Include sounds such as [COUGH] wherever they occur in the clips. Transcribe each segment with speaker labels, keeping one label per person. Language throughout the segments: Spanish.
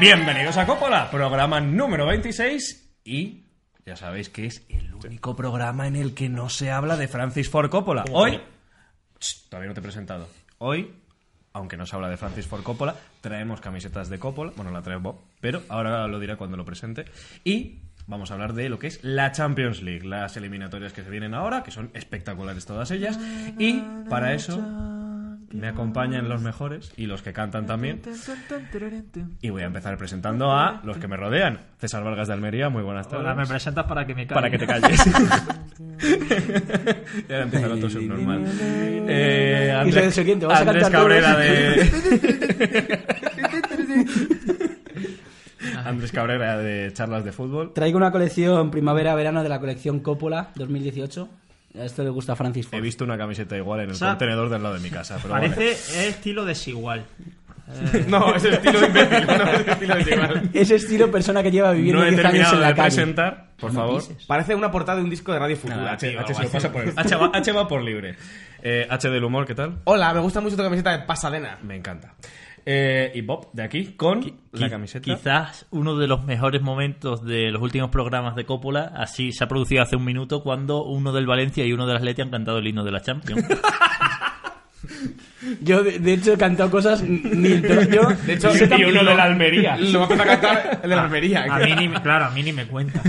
Speaker 1: Bienvenidos a Coppola, programa número 26 y ya sabéis que es el único programa en el que no se habla de Francis Ford Coppola. Hoy, Ch, todavía no te he presentado, hoy, aunque no se habla de Francis Ford Coppola, traemos camisetas de Coppola, bueno, la traemos, pero ahora lo dirá cuando lo presente, y vamos a hablar de lo que es la Champions League, las eliminatorias que se vienen ahora, que son espectaculares todas ellas, y para eso... Me acompañan los mejores y los que cantan también. Y voy a empezar presentando a los que me rodean. César Vargas de Almería, muy buenas tardes.
Speaker 2: Hola, me presentas para que me calle.
Speaker 1: para que te
Speaker 3: [LAUGHS]
Speaker 1: calles. y ahora empieza con tu subnormal. Eh,
Speaker 3: Y soy el
Speaker 1: Andrés,
Speaker 3: siguiente, vas a
Speaker 1: Andrés
Speaker 3: cantar ¿eh?
Speaker 1: Cabrera
Speaker 3: [LAUGHS]
Speaker 1: de... Andrés Cabrera de charlas de fútbol.
Speaker 3: Traigo una colección primavera-verano de la colección Coppola 2018. A esto le gusta a Francis
Speaker 1: He
Speaker 3: Ford.
Speaker 1: visto una camiseta igual en el
Speaker 2: O sea,
Speaker 1: contenedor del lado de mi casa. Pero
Speaker 2: Parece estilo desigual.
Speaker 1: vale. [LAUGHS] No, es estilo imbécil. No, es estilo desigual.
Speaker 3: [LAUGHS] Ese estilo persona que lleva viviendo
Speaker 1: No he
Speaker 3: 10 años
Speaker 1: terminado
Speaker 3: en
Speaker 1: de
Speaker 3: la calle. Ah,
Speaker 1: presentar, por favor.
Speaker 4: Parece una portada de un disco de Radio Futura.
Speaker 2: Ah,
Speaker 1: Nada, H,
Speaker 4: tío,
Speaker 1: H se
Speaker 4: algo
Speaker 1: lo
Speaker 4: así.
Speaker 1: pasa por el- H va, H va por libre. Eh, H del humor, ¿qué tal?
Speaker 4: Hola, me gusta mucho tu camiseta de Pasadena.
Speaker 1: Me encanta. Eh, y Bob, de aquí, con la
Speaker 5: Qui-
Speaker 1: camiseta.
Speaker 5: Quizás uno de los mejores momentos de los últimos programas de Coppola, así se ha producido hace un minuto cuando uno del Valencia y uno del Atleti han cantado el himno de la
Speaker 2: [LAUGHS]
Speaker 5: Champions.
Speaker 3: Yo, de, de hecho, he cantado cosas ni el peor- yo,
Speaker 4: De hecho,
Speaker 3: sé
Speaker 1: y
Speaker 3: tan-
Speaker 1: uno de la
Speaker 4: [LAUGHS]
Speaker 1: Almería.
Speaker 4: Lo va a empezar Ah, a cantar el de la Almería.
Speaker 2: A mí ni me, claro, a mí ni me cuenta.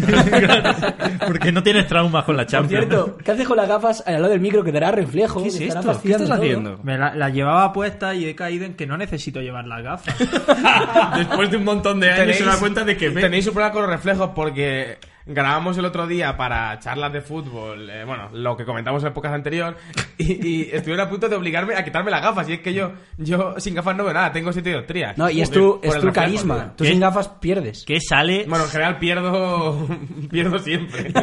Speaker 5: [LAUGHS] Porque no tienes trauma con la
Speaker 3: Por
Speaker 5: Champions.
Speaker 3: cierto, ¿qué haces con las gafas al lado del micro que te dará reflejo?
Speaker 1: ¿Qué es
Speaker 3: te estará
Speaker 1: esto? ¿Qué
Speaker 3: fastidiando
Speaker 1: estás
Speaker 3: todo?
Speaker 1: haciendo?
Speaker 2: Me la, la llevaba puesta y he caído en que no necesito llevar las
Speaker 5: [LAUGHS]
Speaker 2: gafas.
Speaker 1: Después de un montón de años se da cuenta de que ve.
Speaker 4: tenéis un problema con los reflejos porque grabamos el otro día para charlas de fútbol, eh, bueno, lo que comentamos en el podcast anterior, y, y estuvieron a punto de obligarme a quitarme las gafas. Y es que yo, yo sin gafas no veo nada, tengo dioptrías.
Speaker 3: No, y es
Speaker 4: Joder,
Speaker 3: tu,
Speaker 4: por
Speaker 3: es
Speaker 4: el
Speaker 3: tu
Speaker 4: reflejo,
Speaker 3: carisma.
Speaker 4: tío.
Speaker 3: Tú sin gafas pierdes.
Speaker 5: Que sale
Speaker 4: Bueno, en general pierdo, [LAUGHS] pierdo siempre.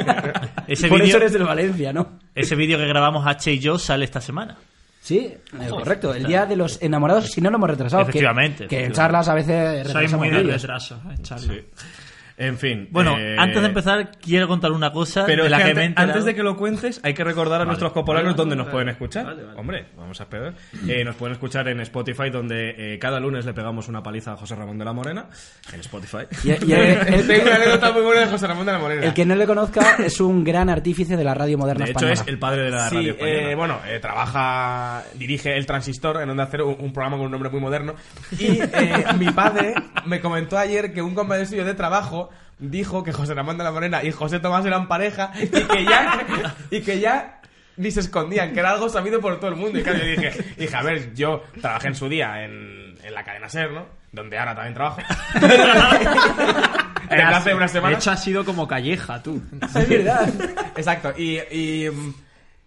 Speaker 5: ese
Speaker 3: Por eso
Speaker 5: vídeo
Speaker 3: eres del Valencia, ¿no?
Speaker 5: ese vídeo que grabamos H y yo sale esta semana.
Speaker 3: Sí, eh, correcto. El día de los enamorados, si no lo hemos retrasado. que-
Speaker 5: Efectivamente,
Speaker 3: Que, en
Speaker 5: efectivamente.
Speaker 3: charlas a veces
Speaker 2: Soy
Speaker 3: retrasamos
Speaker 2: muy de
Speaker 3: vídeos.
Speaker 2: retraso, eh, Charlie.
Speaker 1: En fin.
Speaker 5: Bueno,
Speaker 1: eh,
Speaker 5: antes de empezar quiero contar una cosa
Speaker 1: Pero
Speaker 5: de
Speaker 1: es
Speaker 5: la
Speaker 1: que
Speaker 5: que
Speaker 1: ante-
Speaker 5: me he
Speaker 1: antes,
Speaker 5: enterado.
Speaker 1: de que lo cuentes, hay que recordar a nuestros copolanos
Speaker 2: Vale,
Speaker 1: dónde
Speaker 2: vale,
Speaker 1: nos
Speaker 2: vale.
Speaker 1: pueden escuchar.
Speaker 2: Vale, vale.
Speaker 1: Hombre, vamos a esperar. Eh, nos pueden escuchar en Spotify, donde eh, cada lunes le pegamos una paliza a José Ramón de la Morena. En Spotify.
Speaker 3: Y- y- eh,
Speaker 4: [LAUGHS]
Speaker 3: el-
Speaker 4: Tengo una anécdota muy buena de José Ramón de la Morena.
Speaker 3: El que no le conozca es un gran artífice de la radio moderna
Speaker 1: De hecho,
Speaker 3: española.
Speaker 1: es el padre de la
Speaker 4: Sí,
Speaker 1: radio
Speaker 4: eh,
Speaker 1: española.
Speaker 4: bueno, eh, trabaja, dirige El Transistor en Onda Cero, un, un programa con un nombre muy moderno. Y eh, mi padre me comentó ayer que un compañero suyo de trabajo dijo que José Ramón de la Morena y José Tomás eran pareja y que ya, y que ya ni se escondían, que era algo sabido por todo el mundo. Y claro, yo dije, dije, a ver, yo trabajé en su día en, en la cadena SER, ¿no? Donde ahora también trabajo. [LAUGHS] Desde hace una
Speaker 2: De
Speaker 4: semana.
Speaker 2: hecho, ha sido como
Speaker 1: [LAUGHS]
Speaker 2: calleja, tú.
Speaker 3: Es verdad.
Speaker 4: Exacto, y, y, mm,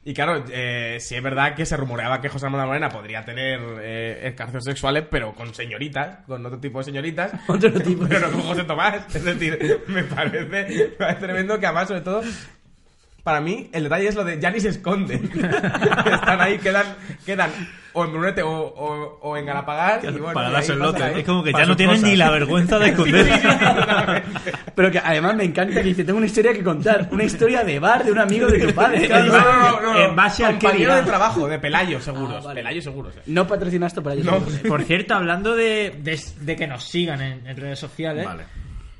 Speaker 4: y claro, eh, sí es verdad que se rumoreaba que José Ramón de la Morena podría tener eh, escarceos sexuales, pero con señoritas, con otro tipo de señoritas. [LAUGHS]
Speaker 3: Otro tipo.
Speaker 4: Pero no con José Tomás. Es decir, me parece, me parece tremendo que además, sobre todo, para mí, el detalle es lo de ya ni se esconden. [LAUGHS] Están ahí, quedan, quedan o en brunete o, o, o en Galapagar. y bueno,
Speaker 1: para
Speaker 4: y
Speaker 1: darse
Speaker 4: ahí
Speaker 1: el
Speaker 4: pasa
Speaker 1: lote,
Speaker 4: la-
Speaker 5: Es como que
Speaker 1: Para
Speaker 5: ya no
Speaker 1: sus
Speaker 5: tienen
Speaker 1: cosas.
Speaker 5: ni la vergüenza
Speaker 1: [LAUGHS]
Speaker 5: de esconder.
Speaker 3: Pero que además me encanta que dice, tengo una historia que contar. Una historia de bar de un amigo de tu
Speaker 4: [LAUGHS]
Speaker 3: padre.
Speaker 4: No, no, no, no, no.
Speaker 2: En base al que
Speaker 4: Compañero de
Speaker 2: dirás.
Speaker 4: trabajo, de Pelayo, seguro.
Speaker 3: Ah, vale.
Speaker 4: Pelayo, seguro. o sea.
Speaker 3: No patrocinaste para ellos.
Speaker 4: No.
Speaker 2: Por cierto, hablando de, de- de que nos sigan en, en redes sociales,
Speaker 1: Vale.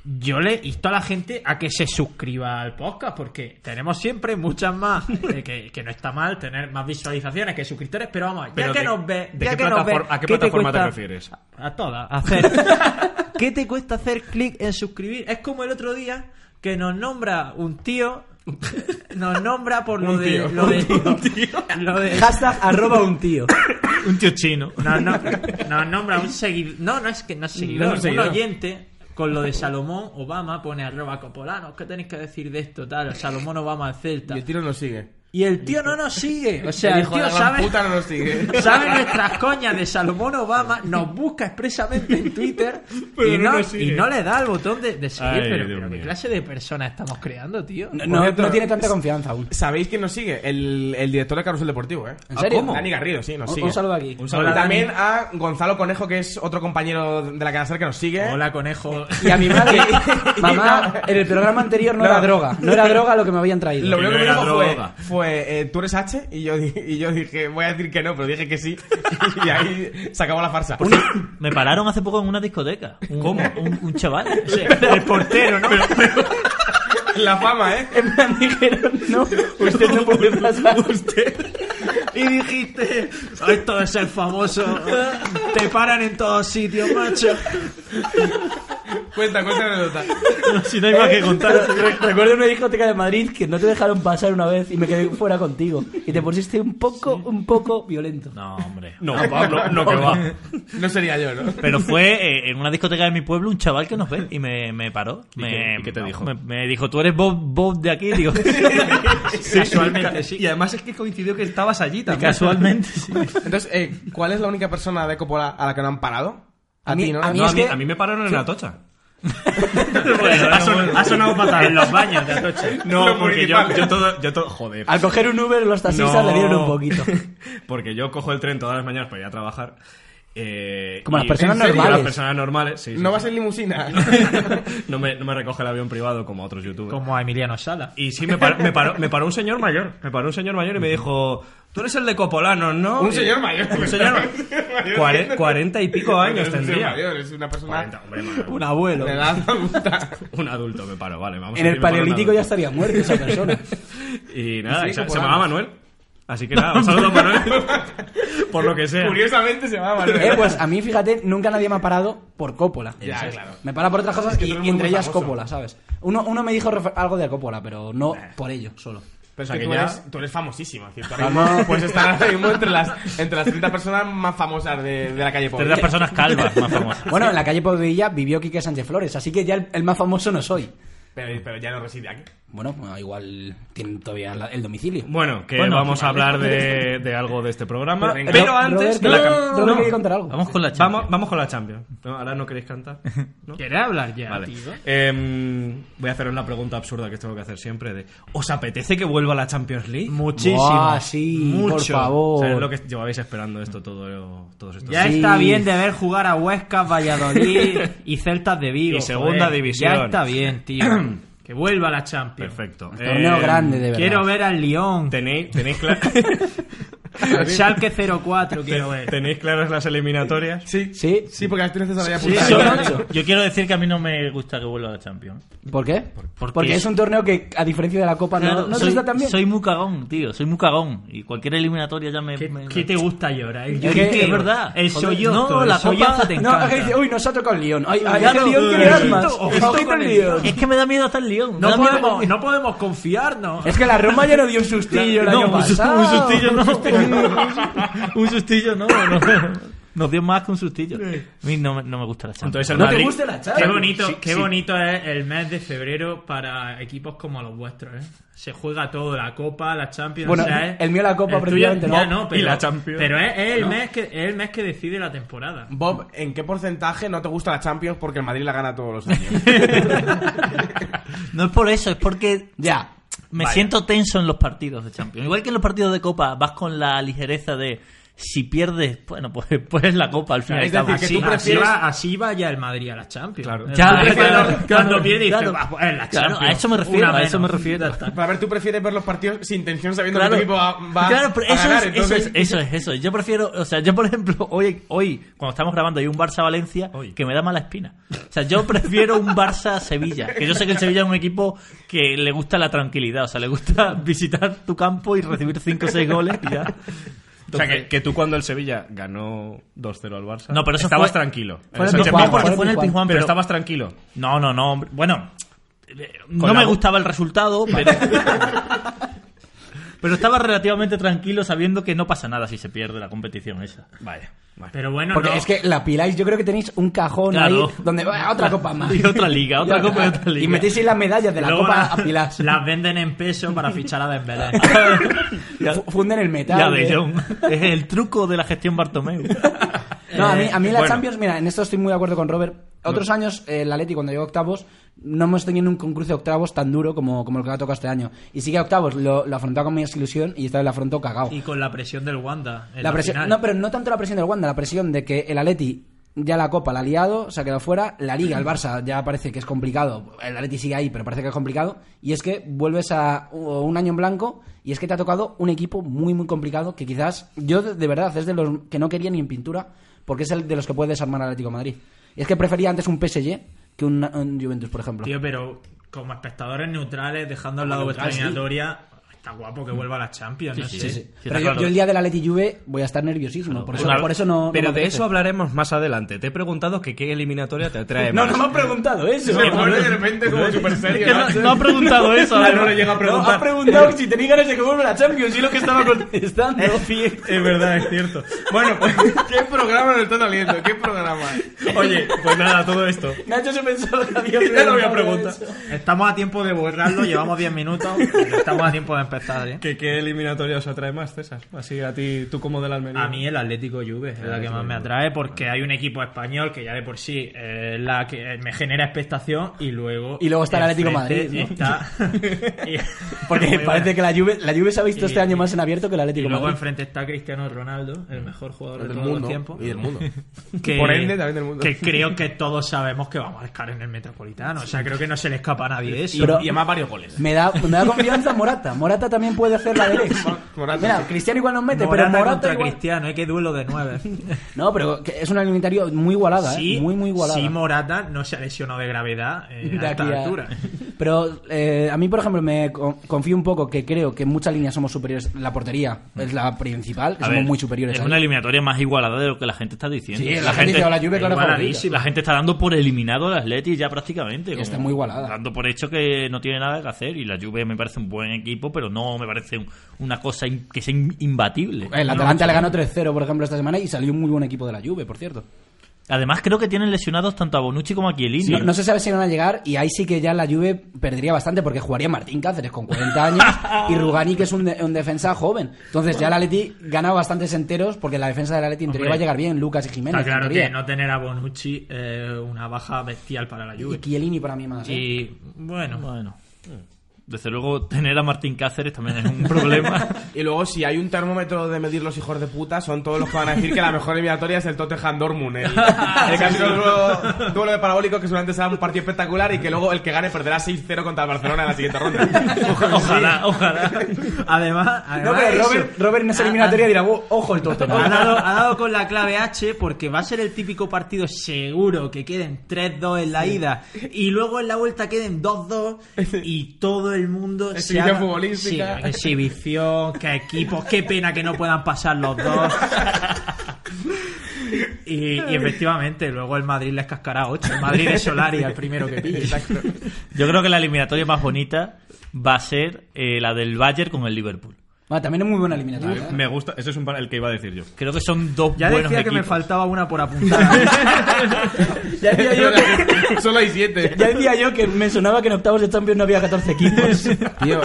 Speaker 2: yo le insto a la gente a que se suscriba al podcast porque tenemos siempre
Speaker 1: [LAUGHS]
Speaker 2: muchas más, eh, que, que no está mal tener más visualizaciones que suscriptores, pero vamos, ya
Speaker 1: Pero
Speaker 2: que
Speaker 1: de-
Speaker 2: nos ve,
Speaker 1: ¿de
Speaker 2: ya
Speaker 1: qué
Speaker 2: que nos ve,
Speaker 1: plataforma- a qué plataforma te
Speaker 2: cuesta?
Speaker 1: refieres?
Speaker 2: A, a todas, a hacer. [LAUGHS] ¿Qué te cuesta hacer clic en suscribir? Es como el otro día que nos nombra
Speaker 1: [LAUGHS]
Speaker 2: un tío, nos nombra por lo
Speaker 4: Un
Speaker 2: de,
Speaker 4: tío.
Speaker 2: lo de, lo de
Speaker 3: Hashtag arroba un tío.
Speaker 5: Un tío chino.
Speaker 2: no, no, no, nombra un seguidor. No, no es que no es seguidor,
Speaker 4: No es un
Speaker 2: un,
Speaker 4: seguidor.
Speaker 2: oyente. Con lo de Salomón Obama pone arroba copolanos. ¿Qué tenéis que decir de esto? Tal, Salomón Obama al Celta.
Speaker 4: Y el tiro no sigue.
Speaker 2: Y el tío no nos sigue. O sea,
Speaker 4: El
Speaker 2: el
Speaker 4: hijo de
Speaker 2: tío
Speaker 4: la gran
Speaker 2: sabe,
Speaker 4: puta no nos sigue.
Speaker 2: sabe nuestras coñas de Salomón Obama, nos busca expresamente en Twitter
Speaker 1: Pero
Speaker 2: y,
Speaker 1: no
Speaker 2: no,
Speaker 1: nos sigue.
Speaker 2: y no le da el botón de, de seguir.
Speaker 1: Ay,
Speaker 2: pero,
Speaker 1: Dios
Speaker 2: pero ¿qué
Speaker 1: mío.
Speaker 2: clase de persona estamos creando, tío?
Speaker 3: No, no-
Speaker 4: Por cierto,
Speaker 3: no tiene tanta confianza aún.
Speaker 4: ¿Sabéis quién nos sigue? El, el director de Carrusel Deportivo, ¿eh?
Speaker 3: ¿En serio?
Speaker 4: Dani Garrido, sí, nos
Speaker 3: Un,
Speaker 4: sigue.
Speaker 3: un saludo aquí. [LAUGHS]
Speaker 1: Un
Speaker 4: Y
Speaker 1: saludo.
Speaker 4: también a Gonzalo Conejo, que es otro compañero de la Canasar que nos sigue.
Speaker 2: Hola, conejo.
Speaker 3: Y a mi madre,
Speaker 4: [LAUGHS]
Speaker 3: mamá, en el programa anterior no,
Speaker 4: No.
Speaker 3: era droga. No era droga lo que me habían traído.
Speaker 4: Lo
Speaker 1: Que
Speaker 4: primero
Speaker 1: no
Speaker 4: que me
Speaker 1: era
Speaker 4: dijo
Speaker 1: droga.
Speaker 4: fue, fue, dijo, eh, eh, ¿tú eres H? Y yo, di- y yo dije, voy a decir que no, pero dije que sí. [LAUGHS] Y ahí se acabó la farsa.
Speaker 2: Me pararon hace poco en una discoteca. Un,
Speaker 1: ¿Cómo?
Speaker 2: Un, un [LAUGHS] chaval. Sí.
Speaker 6: El portero, ¿no?
Speaker 4: [LAUGHS] La fama, ¿eh?
Speaker 3: En plan dijeron, [LAUGHS] no, usted no puede pasar.
Speaker 6: Y dijiste, esto de ser famoso, te paran en todos sitios, macho.
Speaker 4: Cuenta, cuenta la anécdota.
Speaker 2: si no hay más que
Speaker 3: [LAUGHS]
Speaker 2: contar.
Speaker 3: Re- Recuerdo una discoteca de Madrid que no te dejaron pasar una vez y me quedé fuera contigo. Y te pusiste un poco, un poco violento.
Speaker 2: No, hombre. Ah,
Speaker 1: No,
Speaker 2: pues,
Speaker 1: Pablo, no que va.
Speaker 4: [LAUGHS] No sería yo, ¿no?
Speaker 2: Pero fue eh, en una discoteca de mi pueblo un chaval que nos ve y me, me paró. me,
Speaker 1: qué- y qué te dijo?
Speaker 2: Me, me dijo, tú eres Bob, Bob de aquí. Digo, [LAUGHS]
Speaker 6: Casualmente, sí.
Speaker 1: Y además es que coincidió que estabas allí también.
Speaker 2: casualmente. sí.
Speaker 4: Entonces, eh, ¿cuál es la única persona de Coppola a la que no han parado? A,
Speaker 3: A mí-
Speaker 4: ti, ¿no?
Speaker 3: a mí
Speaker 1: No,
Speaker 4: No,
Speaker 1: a, mí,
Speaker 3: que-
Speaker 1: a mí me pararon en la tocha. [LAUGHS]
Speaker 2: ha, sonado, fatal. En los baños de Atocha.
Speaker 1: No,
Speaker 4: Lo
Speaker 1: porque yo,
Speaker 4: municipal.
Speaker 1: yo todo, yo todo, joder.
Speaker 3: Al coger un Uber los taxistas
Speaker 1: No.
Speaker 3: le dieron un poquito.
Speaker 1: [LAUGHS] Porque yo cojo el tren todas las mañanas para ir a trabajar. eh,
Speaker 3: Como las
Speaker 1: y-
Speaker 3: personas
Speaker 1: ¿En serio?
Speaker 3: normales.
Speaker 1: Las personas normales, sí. sí,
Speaker 4: no vas
Speaker 1: sí.
Speaker 4: en limusina.
Speaker 1: [LAUGHS] no, me, no me recoge el avión privado como otros youtubers.
Speaker 6: Como a Emiliano Sala.
Speaker 1: Y sí, me paró, me, paró, me paró un señor mayor. Me paró un señor mayor y me dijo: Tú eres el de Copolanos, ¿no?
Speaker 4: Un
Speaker 1: Y-
Speaker 4: señor mayor.
Speaker 1: Un señor mayor.
Speaker 4: [LAUGHS]
Speaker 1: Cuare- Cuarenta y pico años
Speaker 4: Es un señor
Speaker 1: tendría.
Speaker 4: mayor, es una persona
Speaker 1: Cuarenta, hombre, mano.
Speaker 3: Un abuelo.
Speaker 4: de edad adulta.
Speaker 1: [LAUGHS] Un adulto me paró, vale. Vamos a
Speaker 3: En el
Speaker 1: decir, me paró un
Speaker 3: paleolítico ya
Speaker 1: adulto.
Speaker 3: estaría muerto esa persona.
Speaker 1: Y nada,
Speaker 4: Sí,
Speaker 1: y se, se
Speaker 4: Copolanos.
Speaker 1: llamaba Manuel. Así que nada, un saludo a
Speaker 4: [LAUGHS]
Speaker 1: Manuel. Por lo que sea.
Speaker 4: Curiosamente se va a
Speaker 3: Eh, pues a mí, fíjate, nunca nadie me ha parado por Coppola.
Speaker 4: Ya, claro.
Speaker 3: Me para por otras cosas
Speaker 4: Es que
Speaker 3: y,
Speaker 4: tú eres
Speaker 3: y entre
Speaker 4: muy
Speaker 3: ellas
Speaker 4: famoso.
Speaker 3: Coppola, ¿sabes? Uno, uno me dijo refer- algo de Coppola, pero no por ello, solo.
Speaker 4: Pero es
Speaker 1: O sea,
Speaker 4: que
Speaker 1: que
Speaker 4: tú,
Speaker 1: ya-
Speaker 4: eres, tú eres famosísimo, ¿cierto? Ahora
Speaker 3: Vamos.
Speaker 4: mismo Puedes estar ahora mismo entre las, entre las 30 personas más famosas de, de la calle
Speaker 2: Tres
Speaker 4: Pobre.
Speaker 2: de las personas calvas
Speaker 4: [LAUGHS]
Speaker 2: más famosas.
Speaker 3: Bueno, en la calle Pobilla vivió Quique Sánchez Flores, así que ya el, el más famoso no soy.
Speaker 4: Pero, pero ya no reside aquí.
Speaker 3: Bueno, bueno, igual tienen todavía la- el domicilio.
Speaker 1: Bueno, que
Speaker 2: Bueno,
Speaker 1: vamos a hablar de, de algo de este programa.
Speaker 4: Pues venga.
Speaker 1: Pero
Speaker 3: Ro-
Speaker 1: antes.
Speaker 3: Robert,
Speaker 1: No,
Speaker 3: Robert,
Speaker 1: no, no,
Speaker 3: Robert
Speaker 1: no.
Speaker 3: quería contar algo.
Speaker 2: Vamos con la Champions.
Speaker 1: Vamos, vamos con la Champions. No, ahora no queréis cantar. ¿No?
Speaker 6: ¿Querés hablar ya,
Speaker 1: Vale.
Speaker 6: tío?
Speaker 1: Em, voy a haceros la pregunta absurda que tengo que hacer siempre de ¿Os apetece que vuelva la Champions League?
Speaker 6: Muchísimo.
Speaker 3: Buah, sí, por
Speaker 1: O sea, es lo
Speaker 3: favor.
Speaker 1: que llevabais esperando esto todo, todos estos
Speaker 6: Ya
Speaker 1: días.
Speaker 3: Sí.
Speaker 6: está bien de ver jugar a Huesca,
Speaker 1: [LAUGHS]
Speaker 6: Valladolid y Celtas de Vigo.
Speaker 1: Y segunda
Speaker 6: joder.
Speaker 1: división.
Speaker 6: Ya está bien,
Speaker 1: [CLEARS THROAT]
Speaker 6: tío. que vuelva la Champions.
Speaker 1: Perfecto.
Speaker 3: Torneo
Speaker 1: Em,
Speaker 3: grande, de verdad.
Speaker 6: Quiero ver al Lyon.
Speaker 1: Tenéis, tenéis, cla-
Speaker 6: Al Schalke 04
Speaker 1: [LAUGHS]
Speaker 6: quiero
Speaker 1: ten-
Speaker 6: ver.
Speaker 1: tenéis claras las eliminatorias.
Speaker 4: Sí.
Speaker 3: Sí.
Speaker 4: Sí, porque las tienes todavía
Speaker 3: Sí, son
Speaker 4: apuntadas.
Speaker 2: Yo-
Speaker 3: ocho.
Speaker 2: Yo quiero decir que a mí no me gusta que vuelva a la Champions.
Speaker 3: ¿Por qué?
Speaker 2: porque
Speaker 3: Porque, es un torneo que, a diferencia de la Copa, Ah, no-
Speaker 2: Claro,
Speaker 3: no, se
Speaker 2: soy,
Speaker 3: está tan bien.
Speaker 2: soy muy cagón, tío. Soy muy cagón. Y cualquier eliminatoria ya me. me-
Speaker 6: ¿Qué, qué te gusta llorar? El
Speaker 3: Es que-
Speaker 6: lloriqueo,
Speaker 3: es
Speaker 2: verdad.
Speaker 6: El
Speaker 2: Joder,
Speaker 6: sollozo.
Speaker 2: no,
Speaker 6: el
Speaker 2: la copa-
Speaker 6: sollozo te
Speaker 3: No,
Speaker 6: encanta.
Speaker 3: es que [LAUGHS] dice, uy, nos ha tocado el León. Ay, ay,
Speaker 2: Claro. eh,
Speaker 3: el León tiene
Speaker 2: Ojito,
Speaker 3: armas.
Speaker 6: ojito
Speaker 3: Ojito
Speaker 6: con
Speaker 3: el
Speaker 6: el
Speaker 3: León.
Speaker 2: Es que me da miedo hasta el León. Me
Speaker 6: No
Speaker 2: da miedo-
Speaker 6: podemos, no podemos confiarnos.
Speaker 3: Es que la Roma ya nos dio un sustillo el
Speaker 2: No,
Speaker 3: año
Speaker 2: un, sus-
Speaker 3: pasado.
Speaker 2: un sustillo
Speaker 3: [LAUGHS]
Speaker 2: no. Un, un sustillo no. no. Nos dio más que un sustillo. A mí no, me- no me gusta la
Speaker 1: Entonces
Speaker 2: Champions.
Speaker 1: el
Speaker 3: No te
Speaker 1: Madrid-
Speaker 3: gusta la
Speaker 6: Qué
Speaker 3: charla.
Speaker 6: bonito,
Speaker 1: Sí,
Speaker 6: qué
Speaker 1: sí.
Speaker 6: bonito es el mes de febrero para equipos como los vuestros, ¿eh? Se juega todo, la Copa, la Champions,
Speaker 3: Bueno,
Speaker 6: o sea, es-
Speaker 3: el mío la Copa,
Speaker 6: el tuyo-
Speaker 3: precisamente,
Speaker 6: ya
Speaker 3: ¿no?
Speaker 6: no, pero,
Speaker 1: Y la Champions.
Speaker 6: Pero es, es el mes que, es el mes que decide la temporada.
Speaker 4: Bob, ¿en qué porcentaje no te gusta la Champions porque el Madrid la gana todos los años?
Speaker 2: No es por eso, es porque
Speaker 3: Ya.
Speaker 2: me siento tenso en los partidos de Champions. Igual que en los partidos de Copa vas con la ligereza de si pierdes, bueno, pues, [LAUGHS] pues es la Copa al final.
Speaker 4: Es decir, que
Speaker 6: Así,
Speaker 4: tú prefieres-
Speaker 6: así va, así va ya el Madrid a la Champions.
Speaker 1: Claro.
Speaker 6: Tú
Speaker 2: [LAUGHS] Ya,
Speaker 6: prefieres-
Speaker 2: claro,
Speaker 6: cuando,
Speaker 2: claro,
Speaker 6: pierde dices,
Speaker 2: claro.
Speaker 6: "Va, pues es la
Speaker 2: Claro,
Speaker 6: Champions.
Speaker 2: a eso me refiero,
Speaker 6: Una
Speaker 2: a eso me
Speaker 6: menos".
Speaker 2: refiero.
Speaker 6: Ya está.
Speaker 4: Para ver, tú prefieres ver los partidos sin tensión sabiendo
Speaker 2: Claro,
Speaker 4: que tu equipo va, va
Speaker 2: Claro, pero
Speaker 4: a
Speaker 2: eso,
Speaker 4: ganar.
Speaker 2: es, eso,
Speaker 4: entonces,
Speaker 2: es, eso es, eso es. Yo prefiero, o sea, yo por ejemplo, [LAUGHS] hoy, hoy cuando estamos grabando hay un Barça-Valencia
Speaker 1: Hoy.
Speaker 2: que me da mala espina. O sea, yo prefiero un Barça-Sevilla, que yo sé que el Sevilla es un equipo que le gusta la tranquilidad, o sea, le gusta [LAUGHS] visitar tu campo y recibir 5 o 6 goles y ya.
Speaker 1: O sea, que, que tú cuando el Sevilla ganó 2-0 al Barça.
Speaker 2: No, pero eso
Speaker 1: estabas
Speaker 2: fue-
Speaker 1: tranquilo.
Speaker 3: fue en
Speaker 1: Eso-
Speaker 3: el
Speaker 1: también
Speaker 3: Pijuán,
Speaker 1: porque-
Speaker 2: porque fue en el Pijuán,
Speaker 1: pero,
Speaker 2: pero...
Speaker 1: estabas tranquilo.
Speaker 2: No, no, no, hombre. bueno, eh, no
Speaker 1: la
Speaker 2: me
Speaker 1: bo-
Speaker 2: gustaba
Speaker 1: [LAUGHS]
Speaker 2: el resultado, pero... pero estaba relativamente tranquilo sabiendo que no pasa nada si se pierde la competición esa.
Speaker 1: Vaya. vale.
Speaker 6: Pero bueno,
Speaker 3: Porque
Speaker 6: no.
Speaker 3: es que la piláis, yo creo que tenéis un cajón
Speaker 2: Claro.
Speaker 3: ahí donde "Ah,
Speaker 6: [LAUGHS]
Speaker 3: otra copa más.
Speaker 2: Y otra liga, otra
Speaker 3: Y
Speaker 2: copa y otra liga.
Speaker 3: Y metéis ahí las medallas de la
Speaker 6: Luego
Speaker 3: copa
Speaker 6: la-
Speaker 3: a pilas.
Speaker 6: Las venden en peso para fichar a
Speaker 3: [LAUGHS]
Speaker 6: Dembélé.
Speaker 3: Fu- Funden el metal.
Speaker 2: Ya de
Speaker 3: eh.
Speaker 2: John. Es el truco de la gestión Bartomeu.
Speaker 3: [LAUGHS] No, a mí, a mí la
Speaker 1: Bueno.
Speaker 3: Champions, mira, en esto estoy muy de acuerdo con Robert. Otros años, eh, el Atleti, cuando llegó a octavos, no hemos tenido un concurso de octavos tan duro como, como el que le ha tocado este año. Y sí que a octavos lo, lo afrontó con más ilusión y esta vez lo afrontó cagao.
Speaker 6: y con la presión del Wanda. en
Speaker 3: La
Speaker 6: la
Speaker 3: presión,
Speaker 6: final.
Speaker 3: no, pero no tanto la presión del Wanda, la presión de que el Atleti Ya la Copa la ha liado, se ha quedado fuera. La
Speaker 2: [CLEARS THROAT]
Speaker 3: Liga, el Barça, ya parece que es complicado. El Atleti sigue ahí, pero parece que es complicado. Y es que vuelves a u- un año en blanco y es que te ha tocado un equipo muy, muy complicado que quizás yo de de verdad es de los que no quería ni en pintura porque es el de los que puede desarmar al Atlético de Madrid. Y es que prefería antes un PSG que un, un Juventus, por ejemplo.
Speaker 7: Tío, pero como espectadores neutrales, dejando al lado vuestra
Speaker 3: neutral, sí.
Speaker 7: eliminatoria, está guapo que vuelva a la Champions.
Speaker 2: Sí,
Speaker 7: no
Speaker 2: sí,
Speaker 7: sé.
Speaker 2: sí.
Speaker 3: Pero
Speaker 2: está
Speaker 3: yo,
Speaker 2: claro.
Speaker 3: yo el día del Atleti Juve voy a estar nerviosísimo. por, eso,
Speaker 2: Claro.
Speaker 3: por eso no. no
Speaker 1: Pero
Speaker 3: me
Speaker 1: de
Speaker 3: apetece.
Speaker 1: eso hablaremos más adelante. Te he preguntado que qué eliminatoria te atrae
Speaker 3: No,
Speaker 1: más.
Speaker 3: no me han preguntado eso.
Speaker 4: Se pone de repente como super serio.
Speaker 2: Que [LAUGHS] no, no ha
Speaker 3: [LAUGHS]
Speaker 2: preguntado eso.
Speaker 4: Ah, No,
Speaker 2: ¿eh?
Speaker 4: no le llega a
Speaker 3: Ah, No, ha
Speaker 4: preguntar.
Speaker 3: preguntado si tenía ganas de que vuelva la Champions. Y lo que
Speaker 2: [LAUGHS]
Speaker 3: estaba contestando. [LAUGHS]
Speaker 4: Es verdad, es cierto. Bueno, pues, ¿qué programa nos está saliendo? ¿Qué programa?
Speaker 1: Oye, pues nada, todo esto.
Speaker 3: Nacho se pensó que había
Speaker 4: [LAUGHS] Ya lo voy a
Speaker 3: preguntado
Speaker 4: preguntar.
Speaker 3: eso.
Speaker 7: Estamos a tiempo de borrarlo, llevamos 10 minutos. Estamos a tiempo de empezar, ¿eh?
Speaker 1: ¿Qué, qué eliminatoria os atrae más, César? Así a ti, tú como del Almería.
Speaker 7: A mí el Atlético Juve es
Speaker 4: Ah,
Speaker 7: la que más me atrae porque hay un equipo español que ya de por sí eh, la que me genera expectación y luego
Speaker 3: Y luego está el Atlético
Speaker 7: enfrente
Speaker 3: Madrid, ¿no? [LAUGHS]
Speaker 7: está- [LAUGHS] y-
Speaker 3: Porque
Speaker 7: Muy bueno.
Speaker 3: parece que la Juve, la Juve se ha visto
Speaker 7: Y-
Speaker 3: este año más en abierto que el
Speaker 7: y
Speaker 3: Atlético de
Speaker 7: luego
Speaker 3: Madrid.
Speaker 7: enfrente está Cristiano Ronaldo, el mejor jugador de
Speaker 4: Mm. Del
Speaker 7: todo el
Speaker 4: mundo.
Speaker 7: tiempo.
Speaker 4: Y del mundo.
Speaker 7: [LAUGHS] Que,
Speaker 4: Por ende, también del mundo.
Speaker 7: que creo que todos sabemos que va a marcar en el Metropolitano. O sea, creo que no se le escapa a nadie eso.
Speaker 3: Pero-
Speaker 4: Y además varios goles.
Speaker 3: Me da, me da confianza Morata. Morata también puede hacer la del ex.
Speaker 4: Morata,
Speaker 3: Mira,
Speaker 4: sí.
Speaker 3: Cristiano igual nos mete,
Speaker 7: Morata
Speaker 3: pero Morata
Speaker 7: contra
Speaker 3: igual...
Speaker 7: Cristiano, ¿eh? Qué duelo
Speaker 3: [LAUGHS]
Speaker 7: de nueve.
Speaker 3: No, pero que es un alimentario muy igualada, ¿eh?
Speaker 7: Sí,
Speaker 3: Muy, muy igualada.
Speaker 7: sí, Morata no se ha lesionado de gravedad eh,
Speaker 3: De
Speaker 7: a esta
Speaker 3: aquí a-
Speaker 7: altura.
Speaker 3: Pero eh, a mí, por ejemplo, me con- confío un poco que creo que en muchas líneas somos superiores. La portería es la principal, que
Speaker 2: A
Speaker 3: somos
Speaker 2: ver,
Speaker 3: muy superiores.
Speaker 2: Es
Speaker 3: ahí.
Speaker 2: una eliminatoria más igualada de lo que la gente está diciendo.
Speaker 3: Sí, la, gente dice, "Oh, la Juve, claro,
Speaker 7: igual a
Speaker 3: favorita".
Speaker 7: Disi,
Speaker 2: la gente está dando por eliminado al Atleti ya prácticamente.
Speaker 3: Está muy igualada.
Speaker 2: Dando por hecho que no tiene nada que hacer. Y la Juve me parece un buen equipo, pero no me parece un- una cosa in- que sea in- imbatible.
Speaker 3: El Atalanta le ganó 3-0, por ejemplo, esta semana y salió un muy buen equipo de la Juve, por cierto.
Speaker 2: Además, creo que tienen lesionados tanto a Bonucci como a Chiellini.
Speaker 3: No, no se sabe si van a llegar y ahí sí que ya la Juve perdería bastante porque jugaría Martín Cáceres con 40
Speaker 7: [LAUGHS]
Speaker 3: años y Rugani que es un, de- un defensa joven. Entonces ya la Leti gana bastantes enteros porque la defensa de la Leti en teoría
Speaker 7: Hombre.
Speaker 3: va a llegar bien, Lucas y Jiménez.
Speaker 7: Está claro
Speaker 3: en teoría.
Speaker 7: que no tener a Bonucci eh, una baja bestial para la
Speaker 3: Y
Speaker 7: Juve.
Speaker 3: Chiellini para mí más. ¿eh?
Speaker 7: Y bueno,
Speaker 2: Bueno. Desde luego, tener a Martín Cáceres también es un problema. [LAUGHS]
Speaker 4: Y luego, si hay un termómetro de medir los hijos de puta, son todos los que van a decir que la mejor eliminatoria es el Tottenham Dortmund.
Speaker 2: [LAUGHS]
Speaker 4: ¿eh? El, el que ha sido el duelo, duelo de parabólicos que seguramente será un partido espectacular y que luego el que gane perderá 6-0 contra el Barcelona en la
Speaker 2: [LAUGHS]
Speaker 4: siguiente ronda.
Speaker 2: ojalá, ojalá.
Speaker 7: además, además
Speaker 3: No, pero
Speaker 7: eso,
Speaker 3: Robert, Robert en
Speaker 7: Ah,
Speaker 3: esa eliminatoria dirá, "Oh, ojo el
Speaker 7: ha,
Speaker 3: Tottenham.
Speaker 7: dado, ha dado con la clave H porque va a ser el típico partido seguro que queden 3-2 en la ida y luego en la vuelta queden 2-2 y todo el mundo se
Speaker 4: Exhibición
Speaker 7: haga-
Speaker 4: futbolística.
Speaker 7: Sí, exhibición, qué equipos, qué pena que no puedan pasar los dos. Y, y efectivamente, luego el Madrid les cascará 8. El Madrid de Solari, el primero que pille.
Speaker 2: Yo creo que la eliminatoria más bonita va a ser eh, la del Bayern con el Liverpool.
Speaker 3: Bueno, también es muy buena eliminatoria. ¿eh?
Speaker 1: Me gusta, ese es un par- el que iba a decir yo.
Speaker 2: Creo que son dos
Speaker 7: Ya
Speaker 2: buenos
Speaker 7: decía que me
Speaker 2: equipos.
Speaker 7: faltaba una por [LAUGHS] apuntar.
Speaker 3: [LAUGHS] Ya decía yo
Speaker 7: [LAUGHS]
Speaker 3: que-
Speaker 4: Solo hay 7.
Speaker 3: ya decía yo que me sonaba que en octavos de Champions no había 14 equipos. Pues,
Speaker 4: Tío,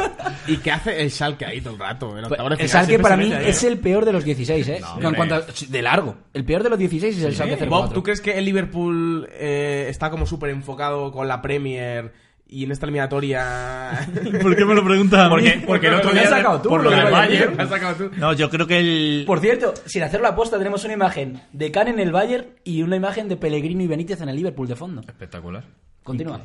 Speaker 4: ¿y qué hace el Schalke ahí todo el rato? eh? El
Speaker 2: Pues,
Speaker 4: octavo de
Speaker 3: El
Speaker 4: final
Speaker 3: Salque
Speaker 4: siempre
Speaker 3: para
Speaker 4: se
Speaker 3: mí
Speaker 4: mete ahí,
Speaker 3: es
Speaker 4: ¿eh?
Speaker 3: el peor de los 16, ¿eh? En
Speaker 1: hombre.
Speaker 3: cuanto a- de largo. El peor de los 16 es el Salque
Speaker 4: Bob, ¿tú crees que el Liverpool eh, está como súper enfocado con la Premier y en
Speaker 3: [LAUGHS]
Speaker 4: esta eliminatoria...
Speaker 2: [LAUGHS] ¿Por qué me lo preguntas a mí?
Speaker 1: Porque, porque el otro
Speaker 3: Lo has
Speaker 1: día.
Speaker 3: sacado tú,
Speaker 1: por lo
Speaker 3: porque
Speaker 1: del
Speaker 3: vaya
Speaker 1: Bayern.
Speaker 4: La has sacado tú.
Speaker 2: No, yo creo que el...
Speaker 3: Por cierto, sin hacer la aposta, tenemos una imagen de Kahn en el Bayern y una imagen de Pellegrino y Benítez en el Liverpool de fondo.
Speaker 1: Espectacular.
Speaker 3: Continúa.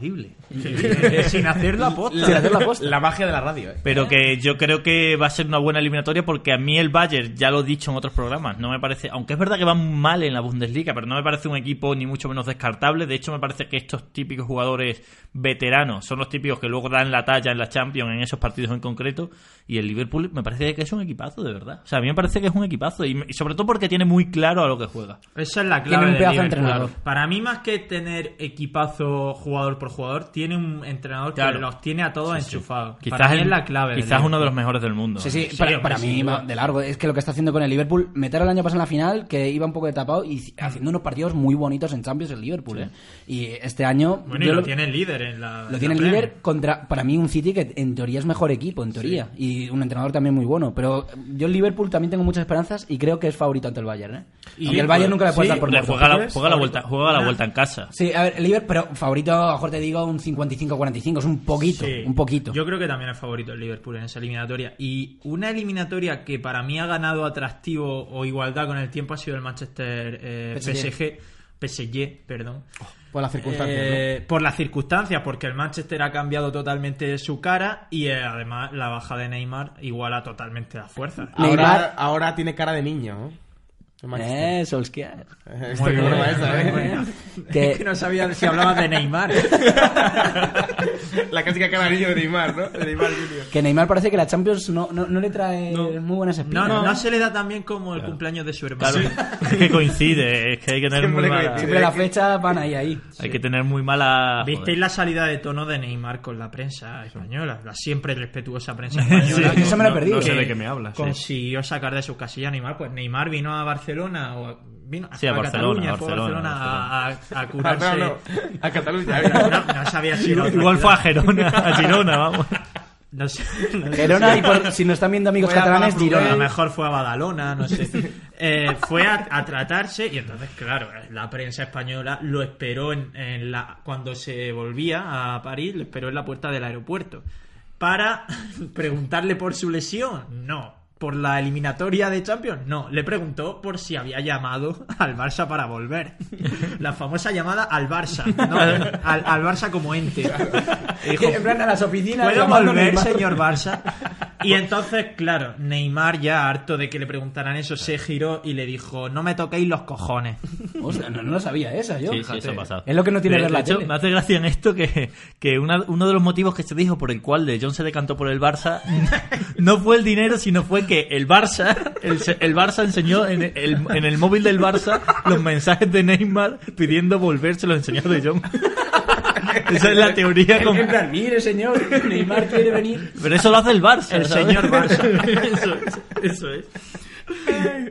Speaker 7: Sin hacer la
Speaker 3: Sin hacer la
Speaker 4: [LAUGHS]
Speaker 3: aposta.
Speaker 4: La magia de la radio, eh.
Speaker 2: Pero que yo creo que va a ser una buena eliminatoria porque a mí el Bayern, ya lo he dicho en otros programas, no me parece, aunque es verdad que van mal en la Bundesliga, pero no me parece un equipo ni mucho menos descartable. De hecho, me parece que estos típicos jugadores veteranos son los típicos que luego dan la talla en la Champions, en esos partidos en concreto. Y el Liverpool me parece que es un equipazo, de verdad. O sea, a mí me parece que es un equipazo y, y sobre todo porque tiene muy claro a lo que juega.
Speaker 7: Esa es la
Speaker 3: Tiene
Speaker 7: clave.
Speaker 3: un
Speaker 7: del
Speaker 3: pedazo de
Speaker 7: Liverpool.
Speaker 3: entrenador.
Speaker 7: Para mí, más que tener equipazo jugador por jugador, tiene un entrenador
Speaker 2: Claro.
Speaker 7: que los tiene a todos enchufados. Para
Speaker 2: Quizás
Speaker 7: mí
Speaker 2: el-
Speaker 7: es la clave. del
Speaker 2: Quizás uno de
Speaker 7: Liverpool.
Speaker 2: los mejores del mundo.
Speaker 3: Sí, sí,
Speaker 7: Sí,
Speaker 3: para,
Speaker 7: hombre,
Speaker 3: para
Speaker 7: sin
Speaker 3: mí,
Speaker 7: duda.
Speaker 3: ma- de largo, es que lo que está haciendo con el Liverpool, meter el año pasado en la final, que iba un poco de tapado y ci- haciendo unos partidos muy bonitos en Champions el Liverpool. ¿eh? Y este año
Speaker 7: Bueno, y
Speaker 3: yo
Speaker 7: lo,
Speaker 3: lo-
Speaker 7: tiene el líder en la.
Speaker 3: lo
Speaker 7: en
Speaker 3: tiene
Speaker 7: la
Speaker 3: el líder
Speaker 7: Premier.
Speaker 3: contra, para mí, un City que en teoría es mejor equipo, en teoría, y un entrenador también muy bueno. Pero yo el Liverpool también tengo muchas esperanzas y creo que es favorito ante el Bayern. ¿eh? Y el Bayern nunca le puede dar por
Speaker 2: Le
Speaker 3: muerto.
Speaker 2: juega la, juega la vuelta, juega la vuelta en casa.
Speaker 3: Sí, a ver, el Liverpool, pero favorito, a lo mejor te digo un 55-45, es un poquito,
Speaker 7: Sí.
Speaker 3: un poquito.
Speaker 7: Yo creo que también es favorito el Liverpool en esa eliminatoria. Y una eliminatoria que para mí ha ganado atractivo o igualdad con el tiempo ha sido el Manchester eh,
Speaker 3: PSG.
Speaker 7: PSG. PSG, perdón.
Speaker 4: Por las circunstancias,
Speaker 7: Eh, Por las circunstancias, porque el Manchester ha cambiado totalmente su cara y eh, además la baja de Neymar iguala totalmente la
Speaker 3: [LAUGHS]
Speaker 7: fuerza.
Speaker 4: ¿no?
Speaker 3: Neymar-
Speaker 4: Ahora, ahora tiene cara de niño, ¿no? El Manchester. Este
Speaker 3: Eh, Solskjaer.
Speaker 4: Esto qué
Speaker 3: [LAUGHS]
Speaker 4: broma esa, ¿eh?
Speaker 3: Que-
Speaker 7: Es [LAUGHS] que no sabía si hablabas de Neymar. ¿eh?
Speaker 4: La clásica cara de niño de Neymar, ¿no? De Neymar Junior.
Speaker 3: Que Neymar parece que la Champions no, no, no le trae muy buenas
Speaker 7: No,
Speaker 3: espinas.
Speaker 7: no, no se le da tan bien como el cumpleaños de su hermano.
Speaker 2: Claro, es que coincide, es que hay que tener
Speaker 4: Siempre
Speaker 2: muy mala,
Speaker 4: coincide.
Speaker 3: Siempre las fechas van ahí, ahí.
Speaker 2: hay que tener muy mala.
Speaker 7: [LAUGHS] ¿Visteis la salida de tono de Neymar con la prensa española? La siempre respetuosa prensa española.
Speaker 3: Sí, eso me lo he
Speaker 1: no-
Speaker 3: perdido.
Speaker 1: No sé de qué me hablas. sí.
Speaker 7: consiguió sacar de su casilla a Neymar. Pues Neymar vino a Barcelona o a- vino
Speaker 2: Sí, a Barcelona,
Speaker 7: Cataluña, fue a
Speaker 2: Barcelona,
Speaker 7: Barcelona a- a, a
Speaker 4: Ah,
Speaker 7: curarse.
Speaker 4: No, no. A Cataluña.
Speaker 7: [LAUGHS] No,
Speaker 4: venga.
Speaker 7: no sabía si
Speaker 2: Igual,
Speaker 7: era otra
Speaker 2: igual fue a
Speaker 7: ciudad.
Speaker 2: Gerona, a Girona, vamos.
Speaker 7: No sé, no sé.
Speaker 3: Gerona, y por- si nos están viendo amigos
Speaker 4: Voy a
Speaker 3: catalanes,
Speaker 4: Palafrugell.
Speaker 7: A lo
Speaker 3: Girona.
Speaker 7: mejor fue a Badalona, no sé. Eh, fue a, a tratarse y entonces, claro, la prensa española lo esperó en, en la, cuando se volvía a París, lo esperó en la puerta del aeropuerto para [LAUGHS] preguntarle por su lesión. No. ¿Por la eliminatoria de Champions? No. Le preguntó por si había llamado al Barça para volver. La famosa llamada al Barça.
Speaker 2: [LAUGHS]
Speaker 7: No, al, al Barça como ente. Dijo,
Speaker 3: Que En plan, a las oficinas.
Speaker 7: ¿Puedo
Speaker 3: llamando
Speaker 7: volver,
Speaker 3: Neymar.
Speaker 1: [LAUGHS]
Speaker 7: señor Barça? Y entonces, claro, Neymar ya harto de que le preguntaran eso, se giró y le dijo, no me toquéis los cojones.
Speaker 3: [LAUGHS] Hostia, no, no lo sabía esa, yo.
Speaker 2: Sí, sí, eso ha pasado.
Speaker 3: Es lo que no tiene
Speaker 2: De-
Speaker 3: ver la
Speaker 2: de hecho,
Speaker 3: tele.
Speaker 2: me hace gracia en esto que, que una- uno de los motivos que se dijo por el cual De Jong se decantó por el Barça [LAUGHS] no fue el dinero, sino fue que el Barça el, se- el Barça enseñó en el, en el móvil del Barça los mensajes de Neymar pidiendo volver, se los enseñó De Jong. [LAUGHS] Esa es la teoría. con-
Speaker 3: En plan, mire, señor, Neymar quiere venir.
Speaker 2: Pero eso lo hace el Barça.
Speaker 7: El
Speaker 2: ¿sabes?
Speaker 7: señor Barça.
Speaker 2: [LAUGHS] Eso es, eso es.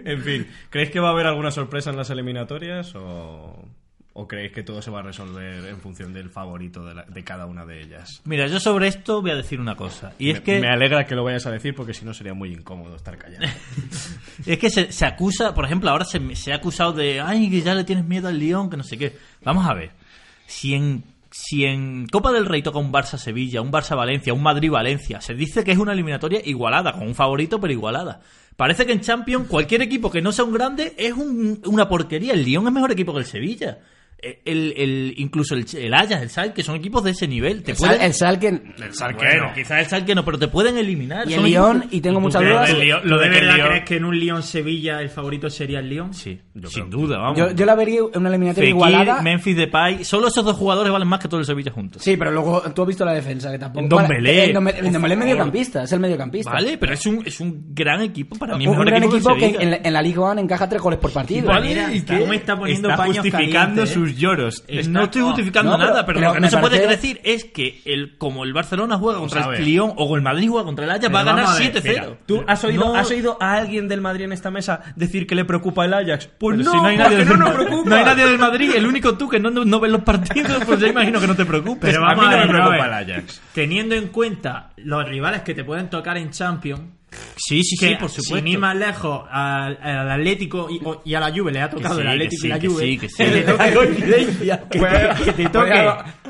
Speaker 1: En fin, ¿creéis que va a haber alguna sorpresa en las eliminatorias o, o creéis que todo se va a resolver en función del favorito de, la- de cada una de ellas?
Speaker 2: Mira, yo sobre esto voy a decir una cosa. Y es
Speaker 1: Me-
Speaker 2: que...
Speaker 1: me alegra que lo vayas a decir porque si no sería muy incómodo estar callado.
Speaker 2: Es que se, se acusa, por ejemplo, ahora se, se ha acusado de, ay, que ya le tienes miedo al León, que no sé qué. Vamos a ver, si en, si en Copa del Rey toca un Barça-Sevilla, un Barça-Valencia, un Madrid-Valencia, se dice que es una eliminatoria igualada, con un favorito, pero igualada. Parece que en Champions cualquier equipo que no sea un grande es un- una porquería. El León es mejor equipo que el Sevilla. E, El, el- incluso el, el Ajax, el Sal, que son equipos de ese nivel. Te
Speaker 3: El
Speaker 2: pueden-
Speaker 3: Sal- el Sal que.
Speaker 2: bueno, quizás el Salque no, pero te pueden eliminar.
Speaker 3: Y el
Speaker 2: Son
Speaker 3: Lyon,
Speaker 2: equipos que-
Speaker 3: y tengo
Speaker 2: tú
Speaker 3: muchas
Speaker 2: crees
Speaker 3: dudas.
Speaker 2: que el Lyon- lo de
Speaker 7: ¿De verdad
Speaker 2: Lyon-
Speaker 7: crees que en un Lyon-Sevilla el favorito sería el Lyon?
Speaker 2: Sí, sin duda, vamos.
Speaker 3: Yo, yo la vería en una eliminatoria
Speaker 2: Fekir,
Speaker 3: igualada.
Speaker 2: Memphis Depay, solo esos dos jugadores valen más que todo el Sevilla juntos.
Speaker 3: Sí, pero luego tú has visto la defensa, que tampoco.
Speaker 2: Ndombele.
Speaker 3: Vale, eh, Ndombele-
Speaker 2: Por
Speaker 3: Ndombele
Speaker 2: favor.
Speaker 3: es mediocampista, es el mediocampista.
Speaker 2: Vale, pero es un, es un gran equipo para mí.
Speaker 3: Un,
Speaker 2: mejor
Speaker 3: un gran
Speaker 2: equipo,
Speaker 3: equipo
Speaker 2: que,
Speaker 3: que
Speaker 2: el Sevilla.
Speaker 3: en la, en la Liga One encaja tres goles por partido.
Speaker 7: Vale, Mira, está- me está poniendo paños
Speaker 2: justificando
Speaker 7: calientes, ¿eh?
Speaker 2: sus lloros.
Speaker 7: Está-
Speaker 2: no estoy justificando
Speaker 3: No, pero-
Speaker 2: nada, pero,
Speaker 3: pero
Speaker 2: lo que
Speaker 3: me
Speaker 2: no se puede
Speaker 3: parece-
Speaker 2: decir es que el, como el Barcelona juega
Speaker 1: a
Speaker 2: contra
Speaker 1: ver.
Speaker 2: el Lyon o el Madrid juega contra el Ajax,
Speaker 7: Pero
Speaker 2: va a ganar
Speaker 7: vamos a ver,
Speaker 2: 7-0.
Speaker 1: ¿Tú has oído,
Speaker 2: No-
Speaker 1: has oído a alguien del Madrid en esta mesa decir que le preocupa el Ajax? Pues
Speaker 2: Pero
Speaker 1: no,
Speaker 2: si no hay
Speaker 1: porque
Speaker 2: nadie del
Speaker 1: no nos
Speaker 2: Madrid-
Speaker 1: preocupa.
Speaker 2: no hay nadie del Madrid, el único tú que no, no, no ves los partidos, pues yo imagino que no te preocupes.
Speaker 7: Pero
Speaker 1: A mí
Speaker 7: vamos
Speaker 1: no
Speaker 7: a
Speaker 1: me
Speaker 7: ver,
Speaker 1: preocupa el
Speaker 7: a ver.
Speaker 1: Ajax.
Speaker 7: Teniendo en cuenta los rivales que te pueden tocar en Champions,
Speaker 2: Sí, sí,
Speaker 7: que
Speaker 2: sí, por supuesto.
Speaker 7: sin ir más lejos al, al Atlético y, o- y a la Juve le ha tocado
Speaker 2: sí,
Speaker 7: el
Speaker 2: que
Speaker 7: Atlético
Speaker 2: sí,
Speaker 7: y la
Speaker 2: que
Speaker 7: Juve
Speaker 2: sí, que
Speaker 7: [LAUGHS]
Speaker 2: sí.
Speaker 7: le toca- que te- que te toque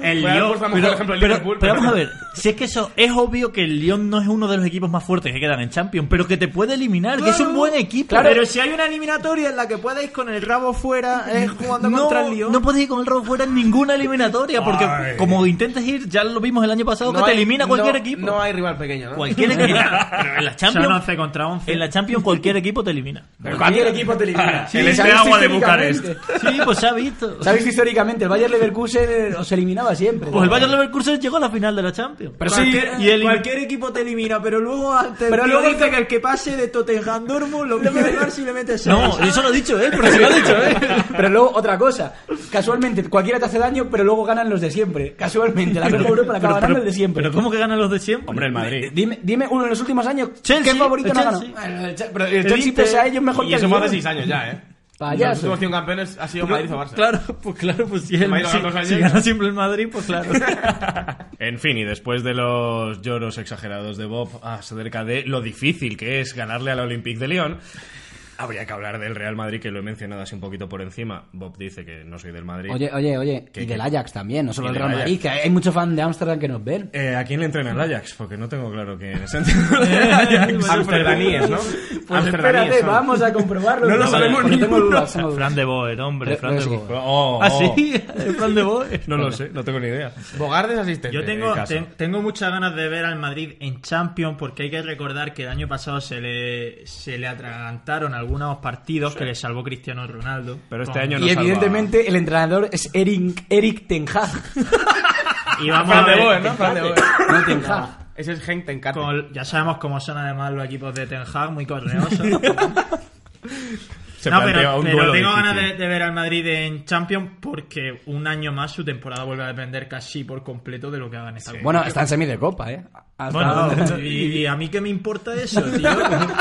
Speaker 7: el Lyon
Speaker 4: Pero,
Speaker 2: pero, pero vamos a [LAUGHS] ver, si es que eso es obvio que el Lyon no es uno de los equipos más fuertes que quedan en Champions, pero que te puede eliminar, que es un buen equipo.
Speaker 7: Pero si hay una eliminatoria en la que puedes con el rabo fuera es jugando
Speaker 2: no,
Speaker 7: contra el Lyon.
Speaker 2: no puedes ir con el robo fuera en ninguna eliminatoria, porque como intentes ir, ya lo vimos el año pasado, que te elimina cualquier equipo.
Speaker 4: No hay rival pequeño, ¿no?
Speaker 2: Cualquier equipo. Pero en la
Speaker 7: Son
Speaker 2: Champions,
Speaker 7: 11 contra 11.
Speaker 2: en la Champions [LAUGHS] cualquier equipo te elimina.
Speaker 3: Pero cualquier equipo te elimina.
Speaker 1: el
Speaker 3: ¿sabes
Speaker 1: Steaua de
Speaker 3: históricamente?
Speaker 2: Sí, pues se ha visto.
Speaker 3: [LAUGHS] Sabes que históricamente el Bayern Leverkusen eh, os eliminaba siempre.
Speaker 2: Pues el Bayern Leverkusen llegó a la final de la Champions.
Speaker 3: Pero
Speaker 7: Cualquier,
Speaker 3: cualquier-
Speaker 7: y el- cualquier equipo te elimina, pero luego antes
Speaker 3: Pero luego
Speaker 7: dice que el que pase de Tottenham Dortmund lo mete a llevar si le metes
Speaker 2: No,
Speaker 7: seis.
Speaker 2: eso lo ha dicho él, pero se lo ha dicho él.
Speaker 3: [LAUGHS] Pero luego, otra cosa. Casualmente, cualquiera te hace daño, pero luego ganan los de siempre. Casualmente, la Copa Europa la acaba ganando el de siempre. Eh,
Speaker 2: Pero ¿cómo que ganan los de siempre?
Speaker 1: Hombre, el Madrid.
Speaker 3: Dime, dime uno de los últimos años,
Speaker 2: Chelsea,
Speaker 3: ¿qué favorito
Speaker 2: el
Speaker 3: no ha ganado?
Speaker 2: Chelsea.
Speaker 3: Bueno, el Che- Pero el
Speaker 2: El
Speaker 3: Chelsea,
Speaker 2: Inter.
Speaker 3: pese a ellos, mejor
Speaker 4: Y
Speaker 3: que el
Speaker 4: eso fue hace
Speaker 3: Lyon.
Speaker 4: 6 años ya, ¿eh? Los
Speaker 3: Payaso.
Speaker 4: últimos 100 campeones ha sido Madrid o Barça.
Speaker 2: Claro, pues claro, pues si, el,
Speaker 4: Madrid
Speaker 2: si,
Speaker 4: ganó dos años.
Speaker 2: si gana siempre el Madrid, pues claro.
Speaker 1: En fin, y después de los ah, lloros exagerados de Bob acerca de lo difícil que es ganarle al Olympique de Lyon, Habría que hablar del Real Madrid, que lo he mencionado así un poquito por encima. Bob dice que no soy del Madrid.
Speaker 3: Oye, oye, oye.
Speaker 1: ¿Qué,
Speaker 3: y
Speaker 1: qué?
Speaker 3: del Ajax también, no solo
Speaker 1: Y
Speaker 3: del
Speaker 1: del
Speaker 3: Real Madrid,
Speaker 1: Ajax.
Speaker 3: que hay muchos fans de Ámsterdam que nos ven.
Speaker 1: Eh, ¿A quién le entrena el Ajax? Porque no tengo claro quién [LAUGHS] es. el Ajax. Pues
Speaker 4: Amsterdaníes, ¿no? Amsterdaníes son.
Speaker 3: Pues a comprobarlo.
Speaker 1: No lo sabemos
Speaker 3: porque tengo
Speaker 1: ninguno.
Speaker 3: dudas, tengo dudas.
Speaker 2: [LAUGHS] Fran de Boer, hombre,
Speaker 3: Creo-
Speaker 2: Fran de
Speaker 3: creo que Eh, sí.
Speaker 2: Boer.
Speaker 1: Oh,
Speaker 2: Ah,
Speaker 1: oh. [LAUGHS]
Speaker 2: sí, Fran de Boer.
Speaker 1: No lo sé, no tengo ni idea.
Speaker 4: Bogarde es asistente.
Speaker 2: Eh,
Speaker 7: Yo tengo,
Speaker 4: en casa.
Speaker 7: ten- tengo muchas ganas de ver al Madrid en Champions porque hay que recordar que el año pasado se le, se le atragantaron algunos partidos que le salvó Cristiano Ronaldo.
Speaker 1: Pero este
Speaker 7: Con-
Speaker 1: año no
Speaker 3: Y
Speaker 1: salva.
Speaker 3: evidentemente el entrenador es Eric, Eric Ten Hag.
Speaker 7: [LAUGHS] Y
Speaker 2: [LAUGHS]
Speaker 7: vamos
Speaker 4: Fran
Speaker 7: a
Speaker 4: de
Speaker 7: ver-
Speaker 4: Boer, ¿no? Fran de Boer.
Speaker 3: No Ten Hag.
Speaker 4: Ese es Henk Tenkate.
Speaker 7: con- ya sabemos cómo son además los equipos de Ten Hag, muy correosos.
Speaker 2: [LAUGHS]
Speaker 1: Se
Speaker 7: no,
Speaker 1: plantea
Speaker 7: pero,
Speaker 1: un
Speaker 7: pero
Speaker 1: duelo
Speaker 7: tengo ganas de,
Speaker 1: difícil.
Speaker 7: de ver al Madrid en Champions porque un año más su temporada vuelve a depender casi por completo de lo que hagan esta temporada.
Speaker 3: Bueno, está en semi de copa, ¿eh? Hasta
Speaker 2: Bueno,
Speaker 3: ahora.
Speaker 7: [LAUGHS] y, y a mí qué me importa eso, tío.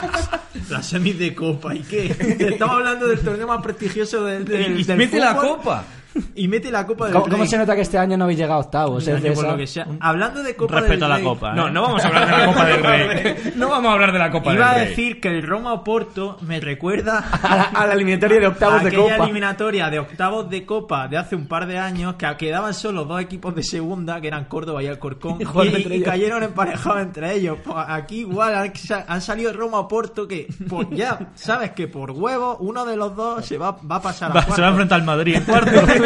Speaker 7: [LAUGHS] Las semis de copa y qué. [LAUGHS] Estamos hablando del torneo más prestigioso del, del, del fútbol [LAUGHS] Y mete la copa del
Speaker 3: ¿Cómo, cómo
Speaker 7: Rey.
Speaker 3: se nota que este año no habéis llegado a octavos?
Speaker 7: Un
Speaker 3: eh,
Speaker 7: año por
Speaker 3: César?
Speaker 7: lo que sea. Hablando de copa
Speaker 2: Respeto a
Speaker 7: del
Speaker 2: la
Speaker 7: Rey,
Speaker 2: copa. ¿eh?
Speaker 1: No, no vamos a hablar de la Copa del Rey. [LAUGHS] No vamos a hablar de la Copa
Speaker 7: Iba a
Speaker 1: del Rey.
Speaker 7: decir que el Roma Oporto me recuerda
Speaker 3: [LAUGHS]
Speaker 7: [LAUGHS]
Speaker 3: A la, a la eliminatoria de octavos de
Speaker 7: aquella
Speaker 3: copa.
Speaker 7: eliminatoria de octavos de copa de hace un par de años que quedaban solo dos equipos de segunda que eran Córdoba y Alcorcón y,
Speaker 3: jugaron entre
Speaker 7: y
Speaker 3: ellos.
Speaker 7: cayeron emparejados entre ellos Po- aquí igual han, sa- han salido Roma Porto que pues ya sabes que por huevo uno de los dos se va, va a pasar a
Speaker 2: Va- se va a
Speaker 7: cuartos.
Speaker 2: enfrentar al Madrid en cuarto.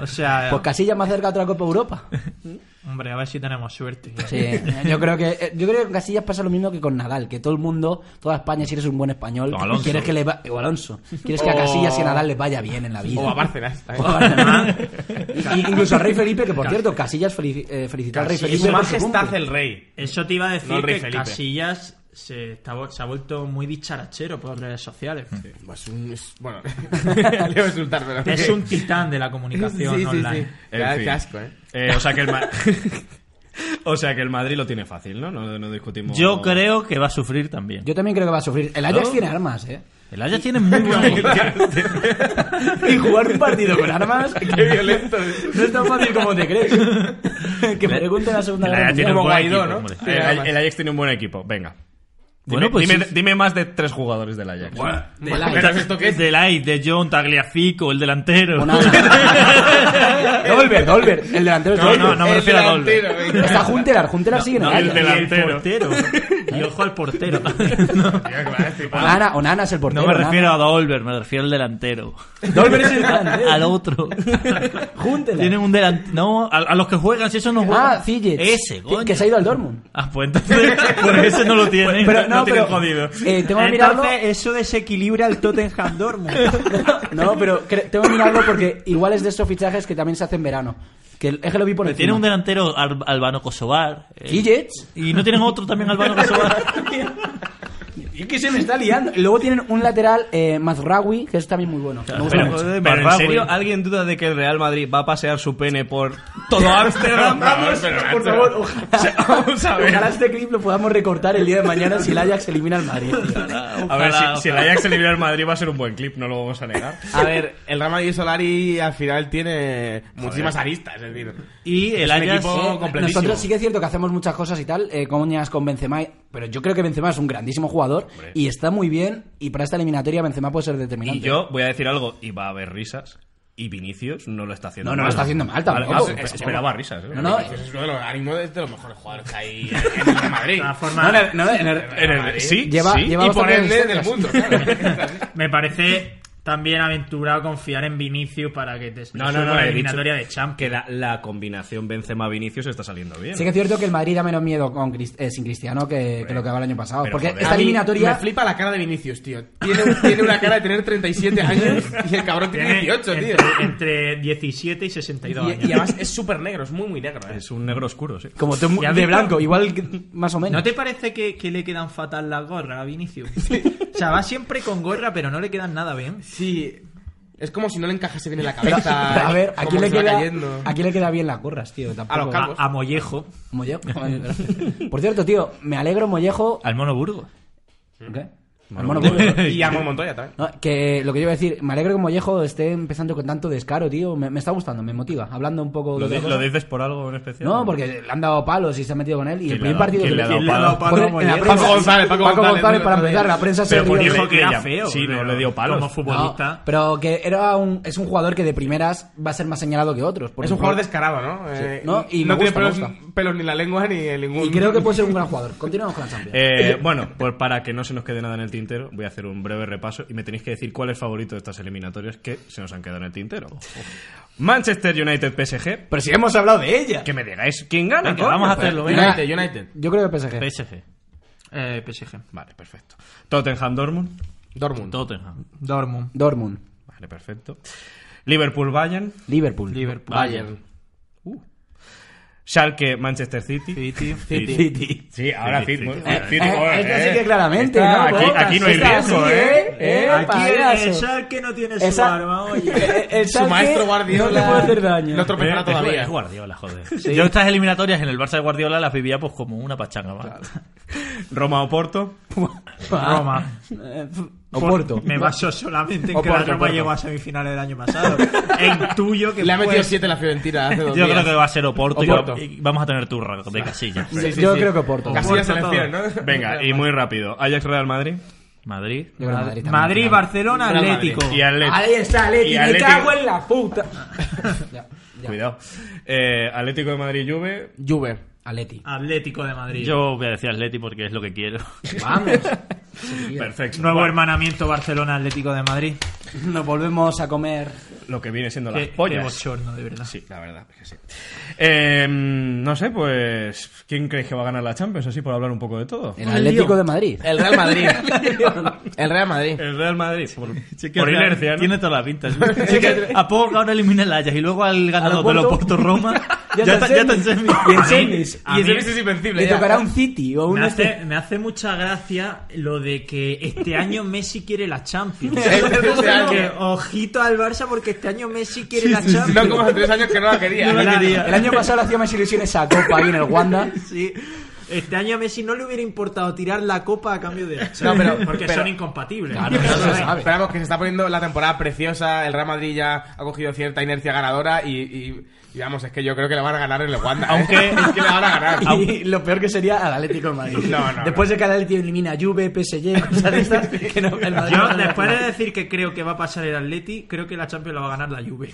Speaker 7: o sea
Speaker 3: Pues Casillas más cerca de otra Copa Europa.
Speaker 7: hombre a ver si tenemos suerte
Speaker 3: Sí, yo creo que eh, yo creo que con Casillas pasa lo mismo que con Nadal, que todo el mundo, toda España, si eres un buen español,
Speaker 2: O Alonso.
Speaker 3: quieres que le va- o Alonso, quieres que a
Speaker 4: O-
Speaker 3: Casillas y a Nadal les vaya bien en la vida.
Speaker 4: O a Bárcenas.
Speaker 3: [LAUGHS] O a Barcelona. Y- y incluso al Rey Felipe, que por cierto, Casillas felici- eh, felicitó al Rey
Speaker 4: Y
Speaker 3: Felipe.
Speaker 4: su
Speaker 3: por su
Speaker 4: majestad
Speaker 3: cumple.
Speaker 4: el rey.
Speaker 7: Eso te iba a decir
Speaker 4: No el rey
Speaker 7: que
Speaker 4: Felipe.
Speaker 7: Casillas se, está vo- se ha vuelto muy dicharachero por redes sociales.
Speaker 4: [LAUGHS] Pues un- es- bueno, [LAUGHS] le voy a insultar, pero... [LAUGHS]
Speaker 7: Es un titán de la comunicación
Speaker 4: Sí, sí,
Speaker 7: online.
Speaker 4: sí.
Speaker 1: En
Speaker 4: Qué-
Speaker 1: fin.
Speaker 4: Qué asco, ¿eh?
Speaker 1: Eh, o, sea que el Ma- [LAUGHS] o sea que el Madrid lo tiene fácil, ¿no? No, no discutimos.
Speaker 2: Yo
Speaker 1: [LAUGHS]
Speaker 2: creo que va a sufrir también.
Speaker 3: Yo también creo que va a sufrir. El Ajax tiene armas, ¿eh?
Speaker 2: El Ajax tiene muy buena
Speaker 3: Y jugar un partido con armas, [LAUGHS]
Speaker 4: Qué violento. [LAUGHS]
Speaker 3: No es tan fácil como te crees. que pregunte la segunda
Speaker 2: El Ajax
Speaker 3: guerra
Speaker 2: tiene un
Speaker 3: mundial.
Speaker 4: Como
Speaker 2: buen
Speaker 4: Guaidó,
Speaker 2: equipo,
Speaker 4: ¿no?
Speaker 2: hombre.
Speaker 1: El, el- el Ajax tiene un buen equipo, venga. Dime,
Speaker 2: Bueno, pues
Speaker 1: dime,
Speaker 2: sí.
Speaker 1: dime más de tres jugadores del Ajax. [LAUGHS]
Speaker 3: Del Ajax.
Speaker 2: Pero esto que es de Light, de John, Tagliafico, el delantero.
Speaker 3: Una- [LAUGHS] Dolber, Dolber, el delantero es
Speaker 2: No,
Speaker 3: Dolber.
Speaker 2: no, no me
Speaker 4: El
Speaker 2: refiero a doble.
Speaker 4: delantero, venga. [LAUGHS]
Speaker 3: Está Juntelar, Juntelar sigue en el
Speaker 2: no,
Speaker 3: Ajax.
Speaker 2: el delantero.
Speaker 7: Y ojo al portero.
Speaker 1: Ah,
Speaker 3: Onana, Onana es el portero.
Speaker 2: No me
Speaker 3: Onana.
Speaker 2: refiero a Dolber, me refiero al delantero.
Speaker 3: Dolber es el delantero.
Speaker 2: al otro.
Speaker 3: Júntela.
Speaker 2: Tienen un delantero. No, a, a los que juegan, si eso no juegan.
Speaker 3: Ah, Fidget.
Speaker 2: Ese,
Speaker 3: Que-
Speaker 2: coño.
Speaker 3: Que se ha ido
Speaker 2: [LAUGHS]
Speaker 3: al Dortmund.
Speaker 2: Ah, pues entonces, pues ese no lo tiene.
Speaker 3: Pero no,
Speaker 2: tiene
Speaker 3: pero
Speaker 2: jodido.
Speaker 3: eh, tengo que mirarlo.
Speaker 7: Entonces, eso desequilibra el
Speaker 3: [LAUGHS]
Speaker 7: Tottenham Dortmund.
Speaker 3: No, pero cre- tengo que mirarlo porque igual es de estos fichajes que también se hacen en verano. Que el- es que lo vi por
Speaker 2: Tiene
Speaker 3: encima.
Speaker 2: un delantero al- albano Kosovar. eh,
Speaker 3: Fidgets.
Speaker 2: y no tienen otro también
Speaker 3: [LAUGHS]
Speaker 2: albano Kosovar.
Speaker 3: Es que se me está liando. Luego tienen un lateral, eh, Mazraoui, que es también muy bueno. Me gusta
Speaker 1: Pero,
Speaker 3: mucho.
Speaker 2: joder,
Speaker 1: pero en
Speaker 2: Barragüey.
Speaker 1: serio, ¿alguien duda de que el Real Madrid va a pasear su pene por todo Ámsterdam? Vamos,
Speaker 3: Por favor, ojalá,
Speaker 1: vamos a ver.
Speaker 3: ojalá este clip lo podamos recortar el día de mañana si el Ajax elimina al Madrid. tío.
Speaker 1: A ver,
Speaker 2: Ojalá,
Speaker 1: si, si el Ajax elimina al Madrid va a ser un buen clip, no lo vamos a negar.
Speaker 4: A ver, el Real Madrid Solari al final tiene muchísimas aristas, es decir...
Speaker 2: Y
Speaker 1: un
Speaker 2: el Ajax.
Speaker 1: equipo-
Speaker 3: Eh,
Speaker 1: completísimo.
Speaker 3: nosotros sí que es cierto que hacemos muchas cosas y tal, eh, coñas con Benzema, y- pero yo creo que Benzema es un grandísimo jugador y está muy bien y para esta eliminatoria Benzema puede ser determinante.
Speaker 1: Y yo voy a decir algo, y va a haber risas. Y Vinicius no lo está haciendo
Speaker 3: No, no
Speaker 1: mal.
Speaker 3: lo está haciendo mal tampoco.
Speaker 1: Vale, ah,
Speaker 3: Pero-
Speaker 1: esperaba risas. ¿eh?
Speaker 3: No, no,
Speaker 4: Es uno de los ánimos de, de los mejores jugadores que hay en el Real Madrid.
Speaker 7: De todas
Speaker 3: no,
Speaker 7: formas,
Speaker 3: no, no, en el-
Speaker 1: En el- sí,
Speaker 3: Lleva-
Speaker 1: sí.
Speaker 3: lleva-
Speaker 4: y por
Speaker 3: bastante
Speaker 4: ende del
Speaker 3: resistencias.
Speaker 4: mundo, [LAUGHS] claro.
Speaker 7: me parece también aventurado confiar en Vinicius para que te
Speaker 1: No, no, no,
Speaker 7: la
Speaker 1: he
Speaker 7: eliminatoria
Speaker 1: dicho
Speaker 7: de Champions.
Speaker 1: Que la, la combinación Benzema-Vinicius está saliendo bien.
Speaker 3: Sí que es cierto que el Madrid da menos miedo con Crist- eh, sin Cristiano que, que lo que daba el año pasado.
Speaker 1: Pero,
Speaker 3: Porque
Speaker 1: joder,
Speaker 3: esta
Speaker 4: A mí Me
Speaker 3: eliminatoria...
Speaker 4: flipa la cara de Vinicius, tío. Tiene, tiene una cara de tener 37 años y el cabrón tiene 18, tío.
Speaker 7: entre, entre 17 y 62 años.
Speaker 4: Y, y además es súper negro, es muy, muy negro. ¿eh?
Speaker 1: Es un negro oscuro, sí.
Speaker 3: Como tú,
Speaker 7: ¿Ya has
Speaker 3: de
Speaker 7: visto?
Speaker 3: blanco, igual que- más o menos.
Speaker 7: ¿No te parece que, que le quedan fatal las gorras a Vinicius? O sea, va siempre con gorra, pero no le quedan nada bien.
Speaker 4: Sí. Es como si no le encajase bien en la
Speaker 3: Pero-
Speaker 4: cabeza.
Speaker 3: pero a ver, ¿a
Speaker 4: como
Speaker 3: quién, le
Speaker 4: que se va
Speaker 3: queda, [LAUGHS]
Speaker 4: cayendo.
Speaker 3: ¿a quién le queda bien las gorras, tío? Tampoco-
Speaker 4: los calvos.
Speaker 7: A, a Mollejo.
Speaker 3: Mollejo. Por cierto, tío, me alegro Mollejo...
Speaker 2: Al Mono Burgos.
Speaker 3: ¿Qué? Al Monopoly.
Speaker 4: [LAUGHS] Y a Mon Montoya también.
Speaker 3: No, que lo que yo iba a decir, me alegro que Mollejo esté empezando con tanto descaro, tío. Me, me está gustando, me motiva. Hablando un poco
Speaker 1: ¿Lo,
Speaker 3: de.
Speaker 1: di-
Speaker 3: otra
Speaker 1: lo
Speaker 3: cosa.
Speaker 1: dices por algo en especial?
Speaker 3: No, porque le han dado palos y se han metido con él. Y el
Speaker 1: ¿Quién le
Speaker 3: primer
Speaker 1: ha dado-
Speaker 3: partido
Speaker 1: quién
Speaker 3: que
Speaker 1: le ha dado palo?
Speaker 3: le- Porque en la
Speaker 4: Paco
Speaker 3: prensa-
Speaker 4: González, Paco González, no
Speaker 3: para
Speaker 4: le-
Speaker 3: empezar, la prensa se
Speaker 1: Pero por
Speaker 3: rió.
Speaker 1: hijo
Speaker 3: No,
Speaker 1: que era
Speaker 2: ya-
Speaker 1: feo.
Speaker 2: sí,
Speaker 1: pero
Speaker 2: no le dio palos.
Speaker 1: Como
Speaker 2: futbolista.
Speaker 3: pero que era un, es un jugador que de primeras va a ser más señalado que otros. porque
Speaker 4: Es un jugador descarado, ¿no? Eh,
Speaker 3: No, y me
Speaker 4: tiene
Speaker 3: gusta, me
Speaker 4: pelos,
Speaker 3: gusta.
Speaker 4: pelos ni la lengua ni en ningún.
Speaker 3: Y creo que puede ser un gran jugador. Continuamos con la Champions.
Speaker 1: Eh, bueno, pues para que no se nos quede nada en el tintero, voy a hacer un breve repaso y me tenéis que decir cuál es favorito de estas eliminatorias que se nos han quedado en el
Speaker 3: [LAUGHS]
Speaker 1: tintero. Manchester United PSG.
Speaker 4: [LAUGHS] Pero si hemos hablado de ella.
Speaker 1: Que me digáis quién gana.
Speaker 2: Venga,
Speaker 1: coño,
Speaker 2: vamos a
Speaker 1: pues.
Speaker 2: hacerlo, venga.
Speaker 4: United, United.
Speaker 3: Yo creo que PSG.
Speaker 2: PSG.
Speaker 7: Eh, PSG.
Speaker 1: Vale, perfecto. Tottenham Dortmund.
Speaker 4: Dortmund.
Speaker 2: Tottenham.
Speaker 7: Dortmund.
Speaker 3: Dortmund,
Speaker 1: Vale, perfecto. Liverpool Bayern.
Speaker 3: Liverpool,
Speaker 7: Liverpool.
Speaker 4: Bayern.
Speaker 1: Schalke Manchester City.
Speaker 7: City.
Speaker 3: City.
Speaker 1: Sí, ahora
Speaker 2: City,
Speaker 1: City.
Speaker 2: City.
Speaker 1: bueno, City,
Speaker 3: Eh,
Speaker 1: bueno,
Speaker 3: esto
Speaker 1: eh.
Speaker 3: sí que claramente,
Speaker 1: Está-
Speaker 3: ¿no?
Speaker 1: aquí, aquí no hay
Speaker 3: Está
Speaker 1: riesgo,
Speaker 3: así,
Speaker 1: ¿eh?
Speaker 3: ¿eh?
Speaker 7: Aquí
Speaker 3: payaso.
Speaker 7: el Schalke no tiene su
Speaker 3: Esa-
Speaker 7: arma,
Speaker 3: El-
Speaker 7: oye.
Speaker 3: [LAUGHS] el
Speaker 4: Su
Speaker 3: Schalke
Speaker 4: maestro Guardiola.
Speaker 3: No le puede hacer daño.
Speaker 4: Lo tropezará
Speaker 1: Eh,
Speaker 4: todavía.
Speaker 1: es Guardiola, joder.
Speaker 2: Yo estas eliminatorias en el Barça de Guardiola las vivía pues como una pachanga. ¿vale?
Speaker 1: Roma o Porto.
Speaker 7: Roma.
Speaker 3: Eh, Oporto.
Speaker 7: Me baso solamente en
Speaker 4: O
Speaker 7: que la
Speaker 4: Porto,
Speaker 7: Roma
Speaker 4: Porto.
Speaker 7: llegó a semifinales del año pasado. en tuyo que
Speaker 4: Le ha
Speaker 7: fue-
Speaker 4: metido 7 la Fiorentina hace dos
Speaker 2: Yo
Speaker 4: días.
Speaker 2: creo que va a ser Oporto, y
Speaker 4: Oporto.
Speaker 2: va- Y, vamos a tener turra de casilla.
Speaker 4: Sí, sí,
Speaker 3: Yo
Speaker 4: sí.
Speaker 3: creo que Oporto.
Speaker 4: Casi la
Speaker 7: Oporto
Speaker 4: selección,
Speaker 7: todo.
Speaker 4: ¿no? [LAUGHS]
Speaker 1: Venga, y muy rápido. Ajax Real Madrid.
Speaker 2: Madrid.
Speaker 3: Yo creo que Madrid, también.
Speaker 7: Madrid, Barcelona,
Speaker 4: Real Madrid.
Speaker 7: Atlético.
Speaker 1: Y Atlético.
Speaker 3: Ahí está,
Speaker 1: Y
Speaker 3: Leti. Me
Speaker 1: Atleti-
Speaker 3: cago en la puta. ya, ya.
Speaker 1: Cuidado. Eh, Atlético de Madrid Juve.
Speaker 4: Juve.
Speaker 3: Atleti.
Speaker 7: Atlético de Madrid.
Speaker 2: Yo voy a decir Atleti porque es lo que quiero.
Speaker 3: Vamos.
Speaker 1: Perfecto.
Speaker 7: Nuevo
Speaker 1: Bueno,
Speaker 7: hermanamiento Barcelona Atlético de Madrid.
Speaker 3: Nos volvemos a comer.
Speaker 1: Lo que viene siendo las
Speaker 7: Qué, qué
Speaker 1: pollas.
Speaker 7: bochorno, de verdad.
Speaker 1: Sí, la verdad es que sí. Eh, no sé, pues. ¿Quién creéis que va a ganar la Champions? Así por hablar un poco de todo.
Speaker 3: El Atlético de Madrid.
Speaker 4: El Real [LAUGHS] Madrid. El Real Madrid.
Speaker 1: El Real Madrid. Por, [LAUGHS]
Speaker 2: que
Speaker 1: por
Speaker 2: o sea,
Speaker 1: inercia, ¿no? Eh,
Speaker 2: Tiene toda la pinta. [LAUGHS] Sí que a poco ahora elimina el Ajax y luego al ganador de los Porto Roma.
Speaker 3: Ya
Speaker 2: ya,
Speaker 3: está
Speaker 2: está, ya
Speaker 3: en
Speaker 2: está en semis.
Speaker 3: Y en semis.
Speaker 4: Y ese es invencible.
Speaker 3: Le
Speaker 4: ya.
Speaker 3: tocará un City o un.
Speaker 7: Me
Speaker 3: este.
Speaker 7: hace, me hace mucha gracia lo de que este año Messi quiere la Champions. [LAUGHS]
Speaker 4: Este año.
Speaker 7: Que ojito al Barça porque este año Messi quiere
Speaker 4: [LAUGHS]
Speaker 7: la
Speaker 4: No
Speaker 7: Champions.
Speaker 4: como hace tres años que no la quería. ¿eh?
Speaker 7: No la
Speaker 4: Claro.
Speaker 7: quería.
Speaker 3: El año pasado le hacía más ilusión esa copa ahí en el Wanda.
Speaker 7: Sí. Este año a Messi no le hubiera importado tirar la copa a cambio de la
Speaker 4: No,
Speaker 7: Champions.
Speaker 4: pero-
Speaker 7: porque
Speaker 4: pero-
Speaker 7: son incompatibles.
Speaker 3: Claro, eso se sabe.
Speaker 4: Pero vamos, que se está poniendo la temporada preciosa. El Real Madrid ya ha cogido cierta inercia ganadora. Y, y, y vamos, es que yo creo que le van a ganar en el Wanda. ¿eh?
Speaker 2: Aunque-
Speaker 4: [LAUGHS] es que le van a ganar.
Speaker 3: Y lo peor que sería al Atlético de Madrid.
Speaker 4: No, no,
Speaker 3: Después de que el Atlético elimina Juve, PSG, cosas de estas, que no, el Madrid no
Speaker 7: Yo,
Speaker 3: gana la
Speaker 7: después
Speaker 3: final.
Speaker 7: de decir que creo que va a pasar el Atleti, creo que la Champions la va a ganar la Juve.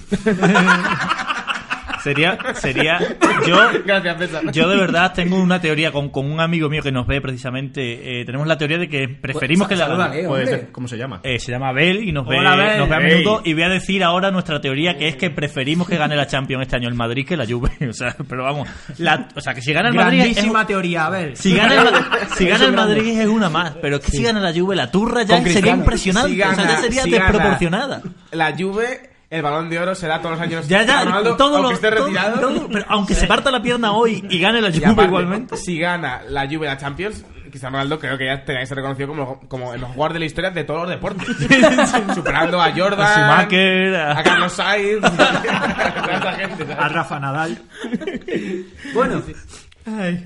Speaker 2: Sería, sería, yo,
Speaker 4: Gracias, César.
Speaker 2: Yo de verdad tengo una teoría con, con un amigo mío que nos ve precisamente. eh, tenemos la teoría de que preferimos
Speaker 3: Pues,
Speaker 2: que la
Speaker 3: saluda, Leo,
Speaker 1: Puede
Speaker 3: hombre.
Speaker 1: ser. ¿Cómo se llama?
Speaker 2: Eh, se llama Abel y nos ve,
Speaker 7: Hola, Abel.
Speaker 2: nos ve a
Speaker 1: Ey.
Speaker 2: menudo. Y voy a decir ahora nuestra teoría que es que preferimos que gane la Champions este año el Madrid que la Juve. [LAUGHS] O sea, pero vamos, la- o sea que si gana el Madrid. es-
Speaker 7: Grandísima teoría, a ver.
Speaker 2: si gana el, Madrid- si
Speaker 3: Es
Speaker 2: gana
Speaker 3: un
Speaker 2: el
Speaker 3: gran
Speaker 2: Madrid es una más, pero es que si gana la Juve la turra ya
Speaker 3: Con
Speaker 2: sería
Speaker 3: Cristiano.
Speaker 2: impresionante,
Speaker 4: Si gana-
Speaker 2: o sea, ya sería
Speaker 4: si gana
Speaker 2: desproporcionada.
Speaker 4: La Juve, el balón de oro será todos los años.
Speaker 2: Ya, ya,
Speaker 4: Ronaldo,
Speaker 2: todo
Speaker 4: aunque
Speaker 2: lo,
Speaker 4: esté
Speaker 2: todo-
Speaker 4: retirado.
Speaker 2: todo- pero aunque se parta la pierna hoy y gane la
Speaker 4: Y
Speaker 2: Juve
Speaker 4: aparte,
Speaker 2: igualmente.
Speaker 4: Si gana la Juve la Champions, Cristiano Ronaldo creo que ya tenía que ser reconocido como, como el mejor jugador de la historia de todos los deportes. [LAUGHS] Superando a Jordan,
Speaker 2: A Schumacher, a-
Speaker 4: a Carlos Sainz, [LAUGHS] a tanta gente. ¿sabes?
Speaker 7: A
Speaker 3: [LAUGHS]
Speaker 7: Rafa Nadal.
Speaker 3: Bueno,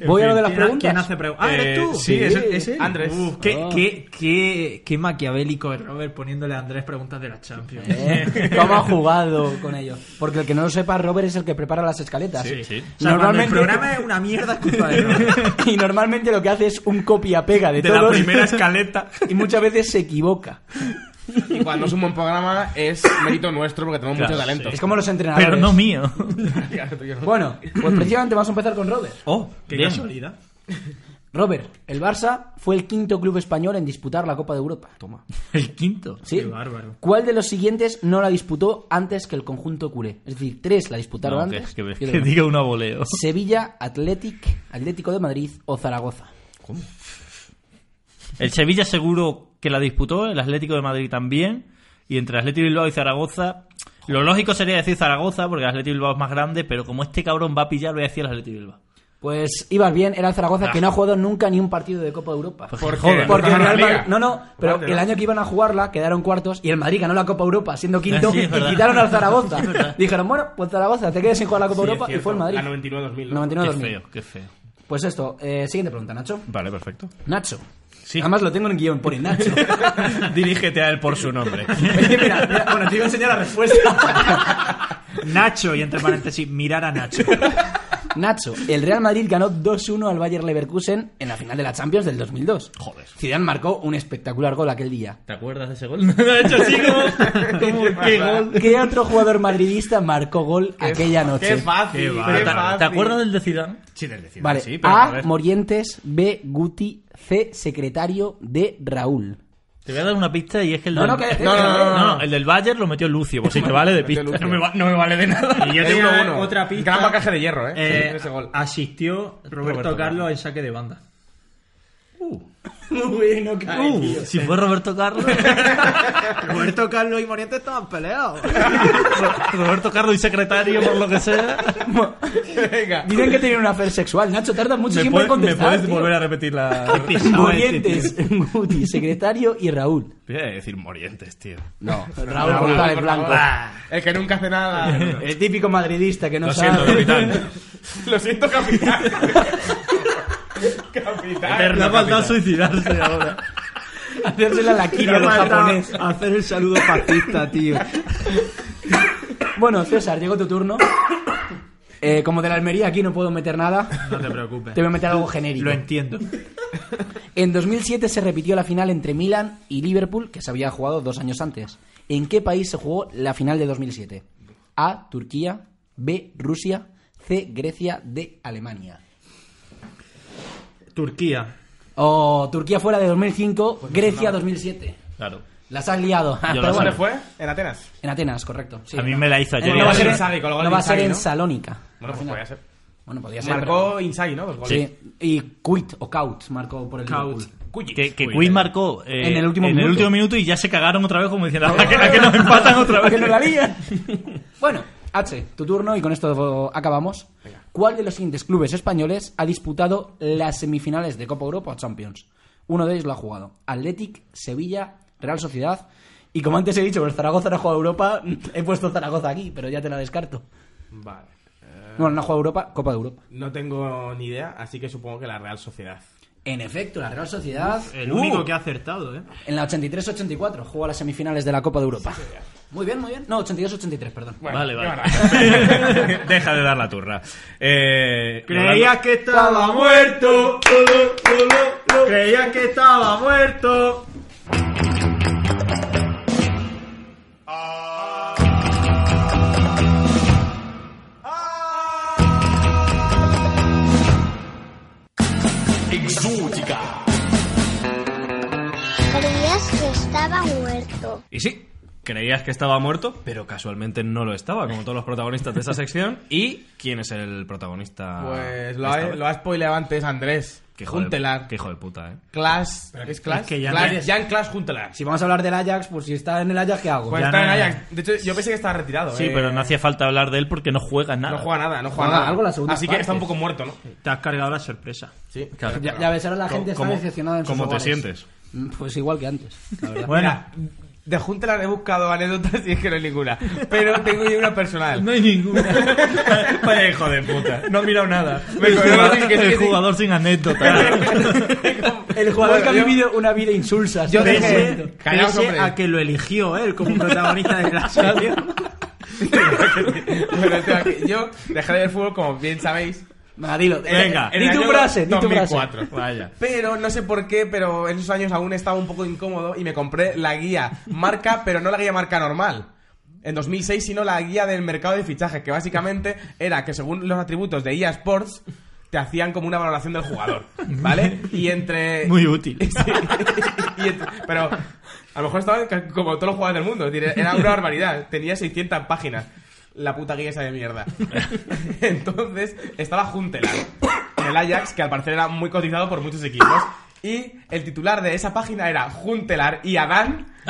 Speaker 3: voy a lo de las
Speaker 7: ¿Quién ha-
Speaker 3: preguntas.
Speaker 7: ¿Quién hace preguntas? Ah, eres
Speaker 1: Eh,
Speaker 7: tú.
Speaker 1: Sí, es, es él.
Speaker 4: Andrés.
Speaker 7: Uf, qué,
Speaker 3: Ah.
Speaker 7: qué, qué, qué maquiavélico es Robert poniéndole a Andrés preguntas de la Champions.
Speaker 3: ¿Eh? ¿Cómo ha jugado con ellos? Porque el que no lo sepa, Robert es el que prepara las escaletas.
Speaker 7: O sea, cuando el
Speaker 3: Normalmente-
Speaker 7: programa es una mierda, es culpa de Robert.
Speaker 3: [LAUGHS] Y normalmente lo que hace es un copia-pega de,
Speaker 2: De la
Speaker 3: todos.
Speaker 2: primera escaleta.
Speaker 3: [LAUGHS] Y muchas veces se equivoca.
Speaker 4: Y cuando es un buen programa es mérito nuestro porque tenemos mucho talento.
Speaker 3: Es como los entrenadores.
Speaker 2: Pero no mío.
Speaker 3: Bueno, pues precisamente vamos a empezar con Robert.
Speaker 2: Oh,
Speaker 7: Qué
Speaker 2: bien.
Speaker 7: casualidad.
Speaker 3: Robert, el Barça fue el quinto club español en disputar la Copa de Europa. Toma.
Speaker 2: El quinto.
Speaker 3: ¿Sí?
Speaker 7: Qué bárbaro.
Speaker 3: ¿Cuál de los siguientes no la disputó antes que el conjunto culé? Es decir, tres la disputaron
Speaker 2: No, que, [LAUGHS]
Speaker 3: antes.
Speaker 2: que-
Speaker 3: y el
Speaker 2: que
Speaker 3: demás.
Speaker 2: diga un aboleo.
Speaker 3: Sevilla, Athletic, Atlético de Madrid o Zaragoza.
Speaker 2: El Sevilla seguro que la disputó, el Atlético de Madrid también. Y entre Atlético Bilbao y Zaragoza. Lo lógico sería decir Zaragoza, porque el Atlético Bilbao es más grande, pero como este cabrón va a pillar, voy a decir el Atlético Bilbao.
Speaker 3: Pues ibas bien, era el Zaragoza que no ha jugado nunca ni un partido de Copa de Europa.
Speaker 4: Porque,
Speaker 3: Porque el
Speaker 4: gana
Speaker 3: Real
Speaker 4: la
Speaker 3: Madrid,
Speaker 4: Liga.
Speaker 3: no, no, pero
Speaker 4: Aparte,
Speaker 3: el
Speaker 4: ¿no?
Speaker 3: año que iban a jugarla quedaron cuartos y el Madrid ganó la Copa Europa siendo quinto
Speaker 2: Sí, es
Speaker 3: y
Speaker 2: verdad.
Speaker 3: quitaron al Zaragoza. Dijeron, bueno, pues Zaragoza, te quedas sin jugar la Copa Europa y fue el
Speaker 1: Ah,
Speaker 3: Madrid.
Speaker 4: La 99-2000. ¿no?
Speaker 3: 99
Speaker 2: qué
Speaker 3: 2000.
Speaker 2: feo, [LAUGHS] qué feo.
Speaker 3: Pues esto, eh, siguiente pregunta, Nacho.
Speaker 1: Vale, perfecto.
Speaker 3: Nacho, Además lo tengo en guión, pone Nacho.
Speaker 1: Dirígete a él por su nombre.
Speaker 3: Oye, mira, mira, bueno, te iba a enseñar la respuesta.
Speaker 7: Nacho, y entre paréntesis, mirar
Speaker 3: [LAUGHS]
Speaker 7: a Nacho.
Speaker 3: [LAUGHS] Nacho, el Real Madrid ganó 2-1 al Bayer Leverkusen en la final de la Champions del 2002. Joder. Zidane marcó un espectacular gol aquel día.
Speaker 2: ¿Te acuerdas de ese [LAUGHS] gol? de hecho, sí, como, como, qué gol.
Speaker 3: ¿Qué otro jugador madridista marcó gol aquella noche?
Speaker 4: Qué fácil,
Speaker 1: Qué
Speaker 4: qué
Speaker 1: va.
Speaker 2: ¿Te,
Speaker 4: fácil.
Speaker 2: te acuerdas del de Zidane?
Speaker 1: Sí, del decir.
Speaker 3: Vale,
Speaker 1: sí, pero a
Speaker 3: A,
Speaker 1: ver.
Speaker 3: Morientes, B, Guti, C, secretario de Raúl.
Speaker 2: Te voy a dar una pista y es que el
Speaker 3: No,
Speaker 2: del...
Speaker 3: no, que-
Speaker 2: no, no, no, no, el del Bayern lo metió Lucio, por si te vale de
Speaker 4: Metió
Speaker 2: pista.
Speaker 4: Lucio.
Speaker 2: No me, va- no me vale de nada.
Speaker 7: Y yo
Speaker 4: Es
Speaker 7: tengo
Speaker 4: uno a uno.
Speaker 7: otra pista.
Speaker 4: Gran bagaje de hierro, ¿eh?
Speaker 7: Eh,
Speaker 4: Ese gol.
Speaker 7: asistió Roberto,
Speaker 1: Roberto
Speaker 7: Carlos al saque de banda.
Speaker 4: Uh.
Speaker 3: [LAUGHS] Muy bueno,
Speaker 2: Uh, si fue Roberto Carlos.
Speaker 7: Roberto Carlos y Morientes estaban peleados.
Speaker 2: [LAUGHS] Ro- Roberto Carlos y secretario, por lo que sea.
Speaker 4: Venga.
Speaker 3: Dicen que tienen una afer sexual. Nacho, tarda mucho
Speaker 1: ¿Me
Speaker 3: tiempo en
Speaker 1: puedes, me
Speaker 3: contestar.
Speaker 1: puedes
Speaker 3: tío. [LAUGHS]
Speaker 1: volver a repetir la.
Speaker 3: Morientes, Guti, secretario y Raúl.
Speaker 1: Voy a decir morientes, tío.
Speaker 3: No, Raúl González
Speaker 4: por
Speaker 3: Blanco.
Speaker 4: favor. El que nunca hace nada.
Speaker 3: El típico madridista que no
Speaker 1: Lo
Speaker 3: sabe. [LAUGHS]
Speaker 1: siento, capitán.
Speaker 4: Lo siento, capitán. [LAUGHS] capitán.
Speaker 2: Le ha faltado suicidarse ahora.
Speaker 3: Hacérsela la quilla del japonés.
Speaker 7: Hacer el saludo fascista, tío.
Speaker 3: Bueno, César, llegó tu turno. Eh, como de la Almería aquí no puedo meter nada,
Speaker 7: No te preocupes.
Speaker 3: te voy a meter algo genérico.
Speaker 7: Lo entiendo.
Speaker 3: En 2007 se repitió la final entre Milan y Liverpool, que se había jugado dos años antes. ¿En qué país se jugó la final de 2007? A. Turquía. B. Rusia. C. Grecia. D. Alemania.
Speaker 7: Turquía.
Speaker 3: Oh, Turquía fuera de 2005, Grecia 2007.
Speaker 2: Claro.
Speaker 3: Las has liado. [LAUGHS] Pero
Speaker 2: las
Speaker 3: bueno,
Speaker 4: ¿Dónde fue? En Atenas.
Speaker 3: en Atenas, correcto. sí.
Speaker 2: A mí me la hizo ayer.
Speaker 3: No va a ser,
Speaker 4: Era
Speaker 3: en-
Speaker 4: Inzaghi, con el gol
Speaker 3: no
Speaker 4: de
Speaker 3: va a ser
Speaker 4: Inzaghi,
Speaker 3: en
Speaker 4: ¿no?
Speaker 3: Salónica.
Speaker 4: Bueno, pues podía ser.
Speaker 3: Bueno, podría ser.
Speaker 4: Marcó Inzaghi, ¿no? Dos
Speaker 3: pero-
Speaker 4: goles.
Speaker 3: Sí, y Kuit o Kaut marcó por el
Speaker 7: Kaut.
Speaker 3: Liverpool.
Speaker 2: Que, que Quinn marcó eh,
Speaker 3: En el último minuto.
Speaker 2: último minuto y ya se cagaron otra vez como diciendo [LAUGHS] ¿a que, a que [LAUGHS] nos empatan otra
Speaker 3: ¿A
Speaker 2: vez?
Speaker 3: que no la lían? bueno, H, tu turno y con esto acabamos. ¿Cuál de los siguientes clubes españoles ha disputado las semifinales de Copa Europa o Champions? Uno de ellos lo ha jugado. Athletic, Sevilla, Real Sociedad. Y como antes he dicho, el Zaragoza no ha jugado Europa. [LAUGHS] He puesto Zaragoza aquí, pero ya te la descarto.
Speaker 4: Vale.
Speaker 2: Eh.
Speaker 3: Bueno, no ha jugado Europa, Copa de Europa.
Speaker 4: No tengo ni idea, así que supongo que la Real Sociedad.
Speaker 3: En efecto, la Real Sociedad
Speaker 7: El
Speaker 2: Uh.
Speaker 7: único que ha acertado, ¿eh?
Speaker 3: en la 83-84 jugó a las semifinales de la Copa de Europa. Muy bien, muy bien. No, 82-83, perdón.
Speaker 2: Vale, vale. [LAUGHS]
Speaker 1: Deja de dar la turra. Eh,
Speaker 7: Creías que estaba muerto. Creías que estaba muerto.
Speaker 8: Creías que estaba muerto.
Speaker 1: Y sí, creías que estaba muerto, pero casualmente no lo estaba, como todos los protagonistas de esa sección. ¿Y quién es el protagonista?
Speaker 4: Pues lo
Speaker 1: esta
Speaker 4: ha,
Speaker 1: vez?
Speaker 4: lo ha spoileado antes Andrés.
Speaker 1: Qué hijo de-
Speaker 4: Juntelar.
Speaker 1: qué hijo de puta,
Speaker 4: [LAUGHS]
Speaker 1: eh.
Speaker 4: Clash. ¿Es Clash?
Speaker 7: es que ya
Speaker 4: Clash-
Speaker 7: no eres-
Speaker 4: Jan Clash Juntelar.
Speaker 3: Si vamos a hablar del Ajax, pues si está en el Ajax, ¿qué hago?
Speaker 4: Pues
Speaker 2: Ya
Speaker 4: está
Speaker 2: no-
Speaker 4: en Ajax. De hecho, yo pensé que estaba retirado.
Speaker 2: Sí,
Speaker 4: eh.
Speaker 2: pero no hacía falta hablar de él porque no juega nada.
Speaker 4: No juega nada, no juega
Speaker 3: Juega
Speaker 4: nada.
Speaker 3: algo la segunda
Speaker 4: Así que
Speaker 3: parte.
Speaker 4: está un poco muerto, ¿no?
Speaker 7: Te has cargado
Speaker 3: [LAUGHS]
Speaker 7: la sorpresa.
Speaker 4: Sí.
Speaker 3: Ya, ya ves, ahora la gente está
Speaker 1: ¿Cómo-
Speaker 3: decepcionada en sus
Speaker 1: ¿Cómo te
Speaker 3: hogares.
Speaker 1: sientes?
Speaker 3: Mm, Pues igual que antes, la verdad.
Speaker 7: Bueno,
Speaker 4: De Juntelar he buscado anécdotas y es que no hay ninguna. Pero tengo yo una personal.
Speaker 2: No
Speaker 4: [LAUGHS]
Speaker 2: hay ninguna.
Speaker 1: Vaya hijo de puta.
Speaker 2: No ha mirado nada.
Speaker 3: [LAUGHS]
Speaker 4: Me
Speaker 2: El
Speaker 4: cogió la
Speaker 2: jugador,
Speaker 4: que- que-
Speaker 2: el jugador sin anécdota.
Speaker 4: [LAUGHS]
Speaker 3: El jugador
Speaker 4: Bueno,
Speaker 3: que ha
Speaker 4: yo- [LAUGHS]
Speaker 3: vivido una vida insulsa.
Speaker 4: Yo
Speaker 3: ¿sabes?
Speaker 4: dejé-
Speaker 7: pese,
Speaker 4: Callaos,
Speaker 7: pese
Speaker 4: hombre.
Speaker 7: a que lo eligió él como protagonista [LAUGHS] de la serie.
Speaker 4: Bueno, tengo aquí- yo dejé de ver fútbol, como bien sabéis.
Speaker 3: Venga, dilo.
Speaker 1: Venga,
Speaker 3: Di
Speaker 4: en el
Speaker 3: tu
Speaker 4: año
Speaker 3: frase, di tu frase.
Speaker 4: 2004.
Speaker 1: Vaya.
Speaker 4: Pero no sé por qué, pero en esos años aún estaba un poco incómodo y me compré la guía marca, [LAUGHS] pero no la guía marca normal. En 2006, sino la guía del mercado de fichajes, que básicamente era que según los atributos de EA Sports, te hacían como una valoración del jugador, ¿vale? Y entre...
Speaker 2: Muy útil.
Speaker 4: [LAUGHS] Sí. Y ent- pero a lo mejor estaba ca- como todos los jugadores del mundo. es decir, Era una barbaridad. Tenía 600 páginas. La puta guía esa de mierda. [LAUGHS] Entonces estaba Juntelar en el Ajax, que al parecer era muy cotizado por muchos equipos. Y el titular de esa página era Juntelar y Adán, [LAUGHS]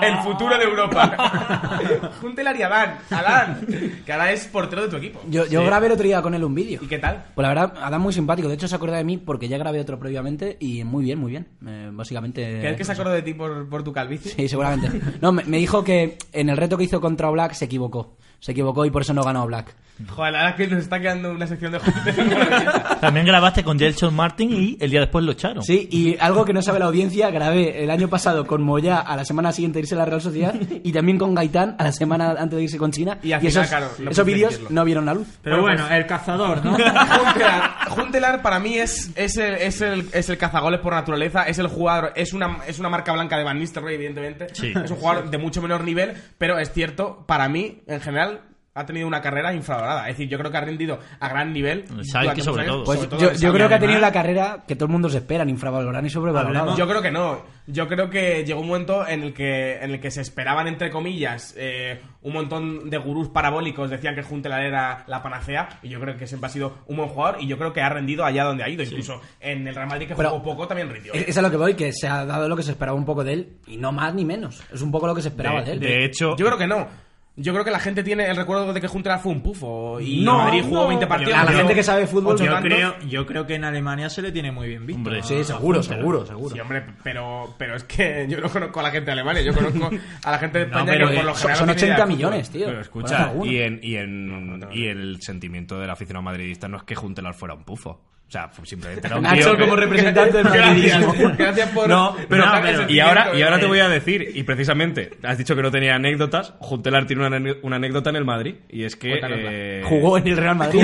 Speaker 4: el futuro de Europa. [LAUGHS] Juntelar y Adán, Adán, que ahora es portero de tu equipo.
Speaker 3: Yo, yo grabé el otro día con él un vídeo.
Speaker 4: ¿Y qué tal?
Speaker 3: Pues la verdad, Adán muy simpático. De hecho, se acuerda de mí porque ya grabé otro previamente y muy bien, muy bien. Eh, básicamente...
Speaker 4: ¿Crees que se acordó de ti por, por tu calvicie?
Speaker 3: Sí, seguramente. No, me, me dijo que en el reto que hizo contra Black se equivocó. Se equivocó y por eso no ganó Black.
Speaker 4: Joder, la verdad es que nos está quedando una sección de
Speaker 3: [LAUGHS]
Speaker 4: juegos.
Speaker 2: También grabaste con Gelson Martin y el día después lo echaron.
Speaker 3: Sí, y algo que no sabe la audiencia, grabé el año pasado con Moyá a la semana siguiente de irse a la Real Sociedad y también con Gaitán a la semana antes de irse con China.
Speaker 4: Y al final,
Speaker 3: esos,
Speaker 4: claro, no
Speaker 3: esos
Speaker 4: puedes
Speaker 3: vídeos
Speaker 4: decirlo.
Speaker 3: no vieron la luz.
Speaker 7: Pero bueno, el
Speaker 4: [LAUGHS]
Speaker 7: cazador, ¿no? [LAUGHS]
Speaker 4: Juntelar, Juntelar para mí es, es, el, es, el, es el cazagoles por naturaleza, es el jugador, es una, es una marca blanca de Van Nistelrooy, evidentemente.
Speaker 2: Sí.
Speaker 4: Es un jugador de mucho menor nivel, pero es cierto, para mí, en general, ha tenido una carrera infravalorada. Es decir, yo creo que ha rendido a gran nivel.
Speaker 2: El Schalke
Speaker 4: durante
Speaker 2: sobre
Speaker 4: muchos años,
Speaker 2: todo.
Speaker 3: Pues
Speaker 4: sobre todo
Speaker 3: yo,
Speaker 4: el
Speaker 3: yo creo que ha
Speaker 4: Schalke,
Speaker 3: tenido
Speaker 4: además.
Speaker 3: la carrera que todo el mundo se espera, ni infravalorar ni sobrevalorar.
Speaker 4: Yo creo que no. Yo creo que llegó un momento en el que, en el que se esperaban, entre comillas, eh, un montón de gurús parabólicos. Decían que Juntelar era la panacea. Y yo creo que siempre ha sido un buen jugador. Y yo creo que ha rendido allá donde ha ido. Incluso en el Real Madrid, que
Speaker 3: Pero-
Speaker 4: jugó poco, también rindió. ¿eh?
Speaker 3: Es, es a lo que voy, que se ha dado lo que se esperaba un poco de él, y no más ni menos. Es un poco lo que se esperaba de,
Speaker 1: De,
Speaker 3: él.
Speaker 1: de hecho,
Speaker 4: Yo creo que no. Yo creo que la gente tiene el recuerdo de que Juntelar fue un pufo. Y
Speaker 3: No,
Speaker 4: Madrid jugó
Speaker 3: no.
Speaker 4: 20 partidos.
Speaker 3: A la
Speaker 4: pero-
Speaker 3: gente que sabe de fútbol,
Speaker 4: ocho
Speaker 7: Yo
Speaker 4: tantos.
Speaker 7: creo, yo creo que en Alemania se le tiene muy bien visto.
Speaker 2: Hombre,
Speaker 3: sí, seguro, seguro, seguro.
Speaker 4: Sí, hombre, pero, pero es que [LAUGHS] yo no conozco a la gente de Alemania, yo conozco a la gente de España
Speaker 3: Pero
Speaker 4: que por
Speaker 3: eh,
Speaker 4: lo
Speaker 3: son-
Speaker 4: general
Speaker 3: son
Speaker 4: no tiene
Speaker 3: 80
Speaker 4: idea de fútbol.
Speaker 3: millones, tío.
Speaker 1: Pero
Speaker 3: Bueno,
Speaker 1: escucha,
Speaker 3: alguno.
Speaker 1: y, en, y, en, y el sentimiento del aficionado madridista no es que Juntelar fuera un pufo. O sea, fue- simplemente era un
Speaker 3: Nacho
Speaker 1: tío que-
Speaker 3: como representante del
Speaker 4: Gracias,
Speaker 3: madridismo.
Speaker 4: gracias por.
Speaker 1: No, pero,
Speaker 4: por ese
Speaker 1: y,
Speaker 4: sentimiento.
Speaker 1: ahora, y ahora te voy a decir, y precisamente, has dicho que no tenía anécdotas, Juntelar tiene una, ane- una anécdota en el Madrid, y es que...
Speaker 4: Cuéntanosla.
Speaker 1: eh,
Speaker 3: Jugó en el Real Madrid.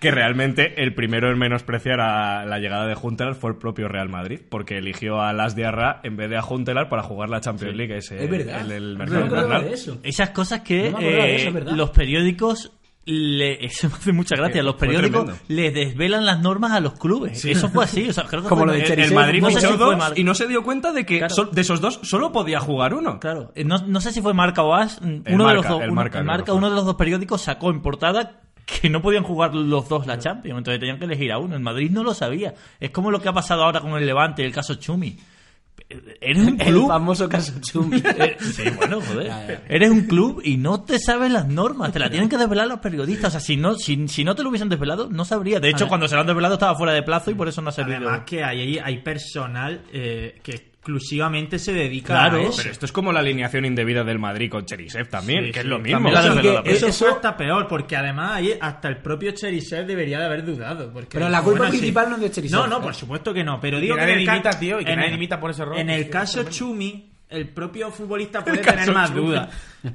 Speaker 1: Que realmente el primero en menospreciar a la llegada de Juntelar fue el propio Real Madrid, porque eligió a Las Diarra en vez de a Juntelar para jugar la Champions League ese,
Speaker 3: es verdad.
Speaker 1: el, el
Speaker 3: No
Speaker 1: mercado
Speaker 3: me acordaba
Speaker 1: invernal.
Speaker 3: de eso.
Speaker 2: Esas cosas que
Speaker 3: No me acordaba de
Speaker 2: eh,
Speaker 3: eso, es verdad.
Speaker 2: los periódicos le, [LAUGHS] eso me hace mucha gracia. Los
Speaker 1: Fue
Speaker 2: periódicos
Speaker 1: tremendo.
Speaker 2: les desvelan las normas a los clubes. Eso fue así. O sea, creo que
Speaker 3: Como
Speaker 2: fue-
Speaker 3: lo de
Speaker 2: el-
Speaker 1: El,
Speaker 3: Chelsea.
Speaker 1: el Madrid
Speaker 2: no sé si
Speaker 1: fichó
Speaker 2: fue
Speaker 1: dos
Speaker 2: Madrid.
Speaker 1: y no se dio cuenta de que
Speaker 2: Claro.
Speaker 1: sol- de esos dos solo podía jugar uno.
Speaker 2: Claro, eh, no, no sé si fue Marca o As. Uno
Speaker 1: El
Speaker 2: de
Speaker 1: Marca,
Speaker 2: los dos,
Speaker 1: el
Speaker 2: uno,
Speaker 1: Marca, creo
Speaker 2: el
Speaker 1: que
Speaker 2: Marca,
Speaker 1: fue.
Speaker 2: uno de los dos periódicos sacó en portada que no podían jugar los dos la Champions, entonces tenían que elegir a uno. El Madrid no lo sabía. Es como lo que ha pasado ahora con el Levante, el caso Chumi. Eres un
Speaker 3: [LAUGHS] El
Speaker 2: club.
Speaker 3: famoso caso Chumi.
Speaker 2: eh, sí, bueno, joder.
Speaker 3: Ya, ya.
Speaker 2: Eres un club y no te sabes las normas. Te la tienen que desvelar los periodistas. O sea, si no, si, si no te lo hubiesen desvelado, no sabría. De hecho, cuando se lo han desvelado estaba fuera de plazo y por eso no ha servido.
Speaker 7: Además que hay, hay personal eh, que exclusivamente se dedica
Speaker 2: Claro,
Speaker 7: a eso.
Speaker 1: Pero esto es como la alineación indebida del Madrid con Cherisev también,
Speaker 7: Sí,
Speaker 1: que es
Speaker 7: sí.
Speaker 1: lo mismo.
Speaker 2: También la
Speaker 1: O sea,
Speaker 2: desveló la
Speaker 3: que-
Speaker 2: prensa.
Speaker 7: Eso,
Speaker 3: Eso-
Speaker 7: fue hasta peor, porque además ahí hasta el propio Cherisev debería de haber dudado. porque-
Speaker 3: Pero la culpa
Speaker 7: sí.
Speaker 3: principal no es de Cherisev.
Speaker 7: No, no, por supuesto que no. Pero digo
Speaker 4: que
Speaker 7: que
Speaker 4: nadie
Speaker 7: en el
Speaker 4: dimita,
Speaker 7: ca-
Speaker 4: tío, y que
Speaker 7: en
Speaker 4: nadie
Speaker 7: el-
Speaker 4: dimita por ese error,
Speaker 7: En
Speaker 4: es
Speaker 7: el
Speaker 4: que
Speaker 7: caso
Speaker 4: es tremendo.
Speaker 7: Chumi, el
Speaker 4: [LAUGHS]
Speaker 7: propio futbolista puede tener
Speaker 1: caso
Speaker 7: más
Speaker 1: Chumi.
Speaker 7: dudas.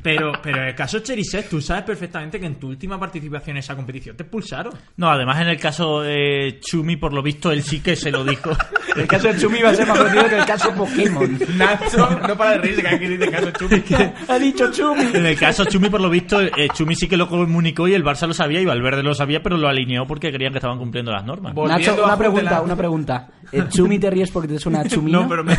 Speaker 7: Pero, pero en el caso Cherisev, tú sabes perfectamente que en tu última participación en esa competición te expulsaron.
Speaker 2: No, además en el caso de Chumi, por lo visto, él sí que se lo
Speaker 3: [LAUGHS]
Speaker 2: dijo.
Speaker 3: El caso de Chumi va a ser más conocido que el caso Pokémon. [LAUGHS]
Speaker 4: Nacho, no para de reírse, que aquí dice caso Chupi.
Speaker 3: ha dicho Chumi.
Speaker 2: En el caso Chumi, por lo visto, eh, Chumi sí que lo comunicó y el Barça lo sabía y Valverde lo sabía, pero lo alineó porque creían que estaban cumpliendo las normas.
Speaker 4: Volviendo
Speaker 3: Nacho,
Speaker 4: a
Speaker 3: una pregunta,
Speaker 4: Juntelar.
Speaker 3: una pregunta. Eh, ¿Chumi te ríes porque es una chumina?
Speaker 1: No, pero me-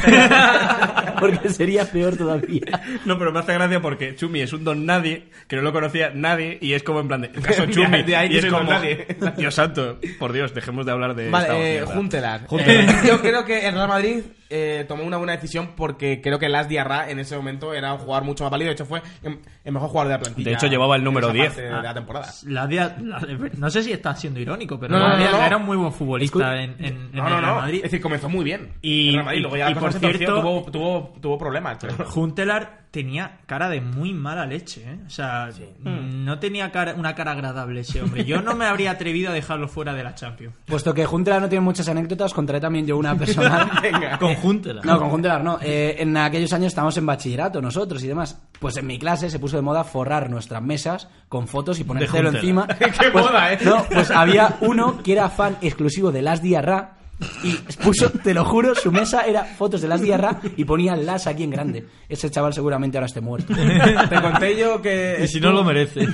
Speaker 3: [LAUGHS] Porque sería peor todavía.
Speaker 1: [LAUGHS] No, pero me hace gracia porque Chumi es un don nadie, que no lo conocía nadie, y es como en plan de... El [LAUGHS] caso Chumi,
Speaker 4: De ahí
Speaker 1: y
Speaker 4: que
Speaker 1: es
Speaker 4: soy don
Speaker 1: como...
Speaker 4: nadie.
Speaker 1: [LAUGHS] Dios santo, por Dios, dejemos de hablar de esta
Speaker 4: Vale, eh,
Speaker 1: mierda.
Speaker 4: Juntelar.
Speaker 1: Juntelar.
Speaker 4: Eh, yo creo que el Real Madrid eh, tomó una buena decisión porque creo que Las Diarra en ese momento era un jugador mucho más válido. De hecho, fue em- el mejor jugador de la plantilla.
Speaker 1: De hecho, llevaba el
Speaker 4: en
Speaker 1: número
Speaker 4: esa
Speaker 1: 10.
Speaker 4: parte De la temporada.
Speaker 7: La Dia- la- no sé si está siendo irónico, pero
Speaker 4: No, no,
Speaker 7: la Dia
Speaker 4: no, no.
Speaker 7: era un muy buen futbolista en, en- en
Speaker 4: No,
Speaker 7: el
Speaker 4: no,
Speaker 7: Real
Speaker 4: no.
Speaker 7: Madrid.
Speaker 4: Es decir, comenzó muy bien.
Speaker 7: Y-
Speaker 4: el Real Madrid, luego ya
Speaker 7: y
Speaker 4: la
Speaker 7: por
Speaker 4: cosa se torció,
Speaker 7: cierto-
Speaker 4: tuvo, tuvo, tuvo problemas. pero-
Speaker 7: Juntelar tenía cara de muy mala leche, ¿eh? O sea, no tenía cara- una cara agradable ese hombre. Yo no me habría atrevido a dejarlo fuera de la Champions.
Speaker 3: Puesto que Juntelar no tiene muchas anécdotas, contaré también yo una personal.
Speaker 4: Venga.
Speaker 2: Conjúntela.
Speaker 3: No, con Juntelar no. Eh, en aquellos años estábamos en bachillerato nosotros y demás. Pues en mi clase se puso de moda forrar nuestras mesas con fotos y poner
Speaker 2: De
Speaker 3: celo
Speaker 2: Juntelar.
Speaker 3: encima.
Speaker 4: Qué
Speaker 3: Pues-
Speaker 4: moda, ¿eh?
Speaker 3: No, pues había uno que era fan exclusivo de Las Diarra y puso, te lo juro, su mesa era fotos de Las Diarra y ponía Las aquí en grande. Ese chaval seguramente ahora esté muerto.
Speaker 4: [LAUGHS] Te conté yo que.
Speaker 2: Y si no lo merece.
Speaker 4: [LAUGHS]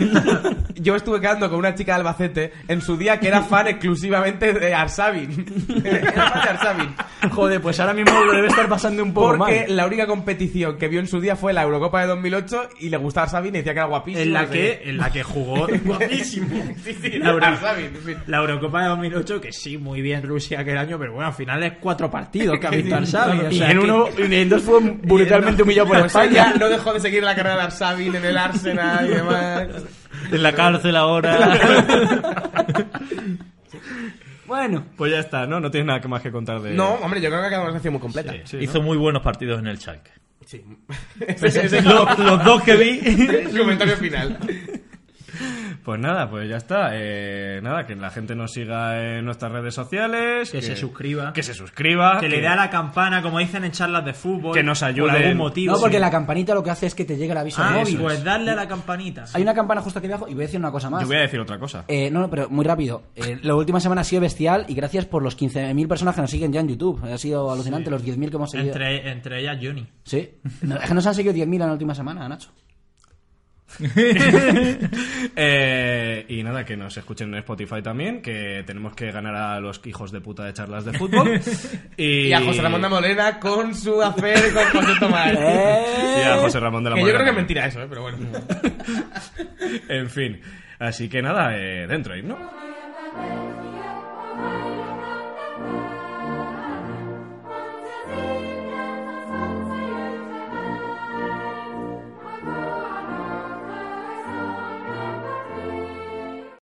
Speaker 4: Yo estuve quedando con una chica de Albacete en su día que era fan exclusivamente de Arsabin. [LAUGHS] Era fan de Arsabin.
Speaker 3: Joder, pues ahora mismo lo debe estar pasando un poco
Speaker 4: Porque
Speaker 3: mal.
Speaker 4: la única competición que vio en su día fue la Eurocopa de 2008 y le gustaba Arsabin y decía que era guapísimo.
Speaker 7: En la
Speaker 4: no sé
Speaker 7: que, en la
Speaker 3: [LAUGHS]
Speaker 7: que jugó guapísimo. la, Euro-
Speaker 4: Arsabin, sí.
Speaker 7: la Eurocopa de 2008, que sí, muy bien Rusia aquel año, pero bueno, al final es cuatro partidos que ha visto Arshavin, o
Speaker 3: Y
Speaker 7: sea
Speaker 3: en
Speaker 7: que-
Speaker 3: uno, y en dos fue brutalmente humillado
Speaker 7: [LAUGHS]
Speaker 3: por
Speaker 4: O sea,
Speaker 3: España.
Speaker 4: ya Pues no dejó de seguir la carrera de Arsabin en el Arsenal y demás.
Speaker 2: [LAUGHS] En la cárcel ahora.
Speaker 3: Bueno,
Speaker 1: Pues ya está, ¿no? No tienes nada que más que contar de...
Speaker 4: [LAUGHS] No, hombre, yo creo que ha quedado una sección muy completa.
Speaker 2: Hizo muy buenos partidos en el Schalke.
Speaker 4: Sí.
Speaker 2: Los, los dos que
Speaker 4: [LAUGHS]
Speaker 2: vi.
Speaker 4: comentario final.
Speaker 1: Pues nada, pues ya está. Eh, nada, que la gente nos siga en nuestras redes sociales.
Speaker 7: Que se suscriba.
Speaker 1: Que se suscriba.
Speaker 7: Que le dé a la campana, como dicen en charlas de fútbol.
Speaker 1: Que nos ayuden.
Speaker 7: Por algún motivo.
Speaker 3: No, porque
Speaker 7: Sí.
Speaker 3: la campanita lo que hace es que te llega el aviso al
Speaker 7: Ah,
Speaker 3: móvil.
Speaker 7: pues darle a la campanita.
Speaker 3: Hay una campana justo aquí abajo y voy a decir una cosa más.
Speaker 1: Yo voy a decir otra cosa.
Speaker 3: Eh, no, no, pero muy rápido. Eh, la última semana ha sido bestial y gracias por los 15.000 personas que nos siguen ya en YouTube. Ha sido alucinante los 10.000 que hemos seguido.
Speaker 7: Entre, entre ellas Johnny.
Speaker 3: Sí. No, es que nos han seguido 10.000 en la última semana, Nacho.
Speaker 1: Eh, y nada, que nos escuchen en Spotify también, que tenemos que ganar a los hijos de puta de charlas de
Speaker 4: [LAUGHS]
Speaker 1: fútbol. y,
Speaker 4: Y a José Ramón de Molena con su hacer con José Tomás.
Speaker 3: Eh.
Speaker 1: Y a José Ramón de la
Speaker 4: Que yo
Speaker 1: Morena
Speaker 4: creo que es
Speaker 1: también.
Speaker 4: mentira eso, ¿eh? pero bueno.
Speaker 1: En fin. Así que nada, eh, dentro, ¿no?
Speaker 8: Thank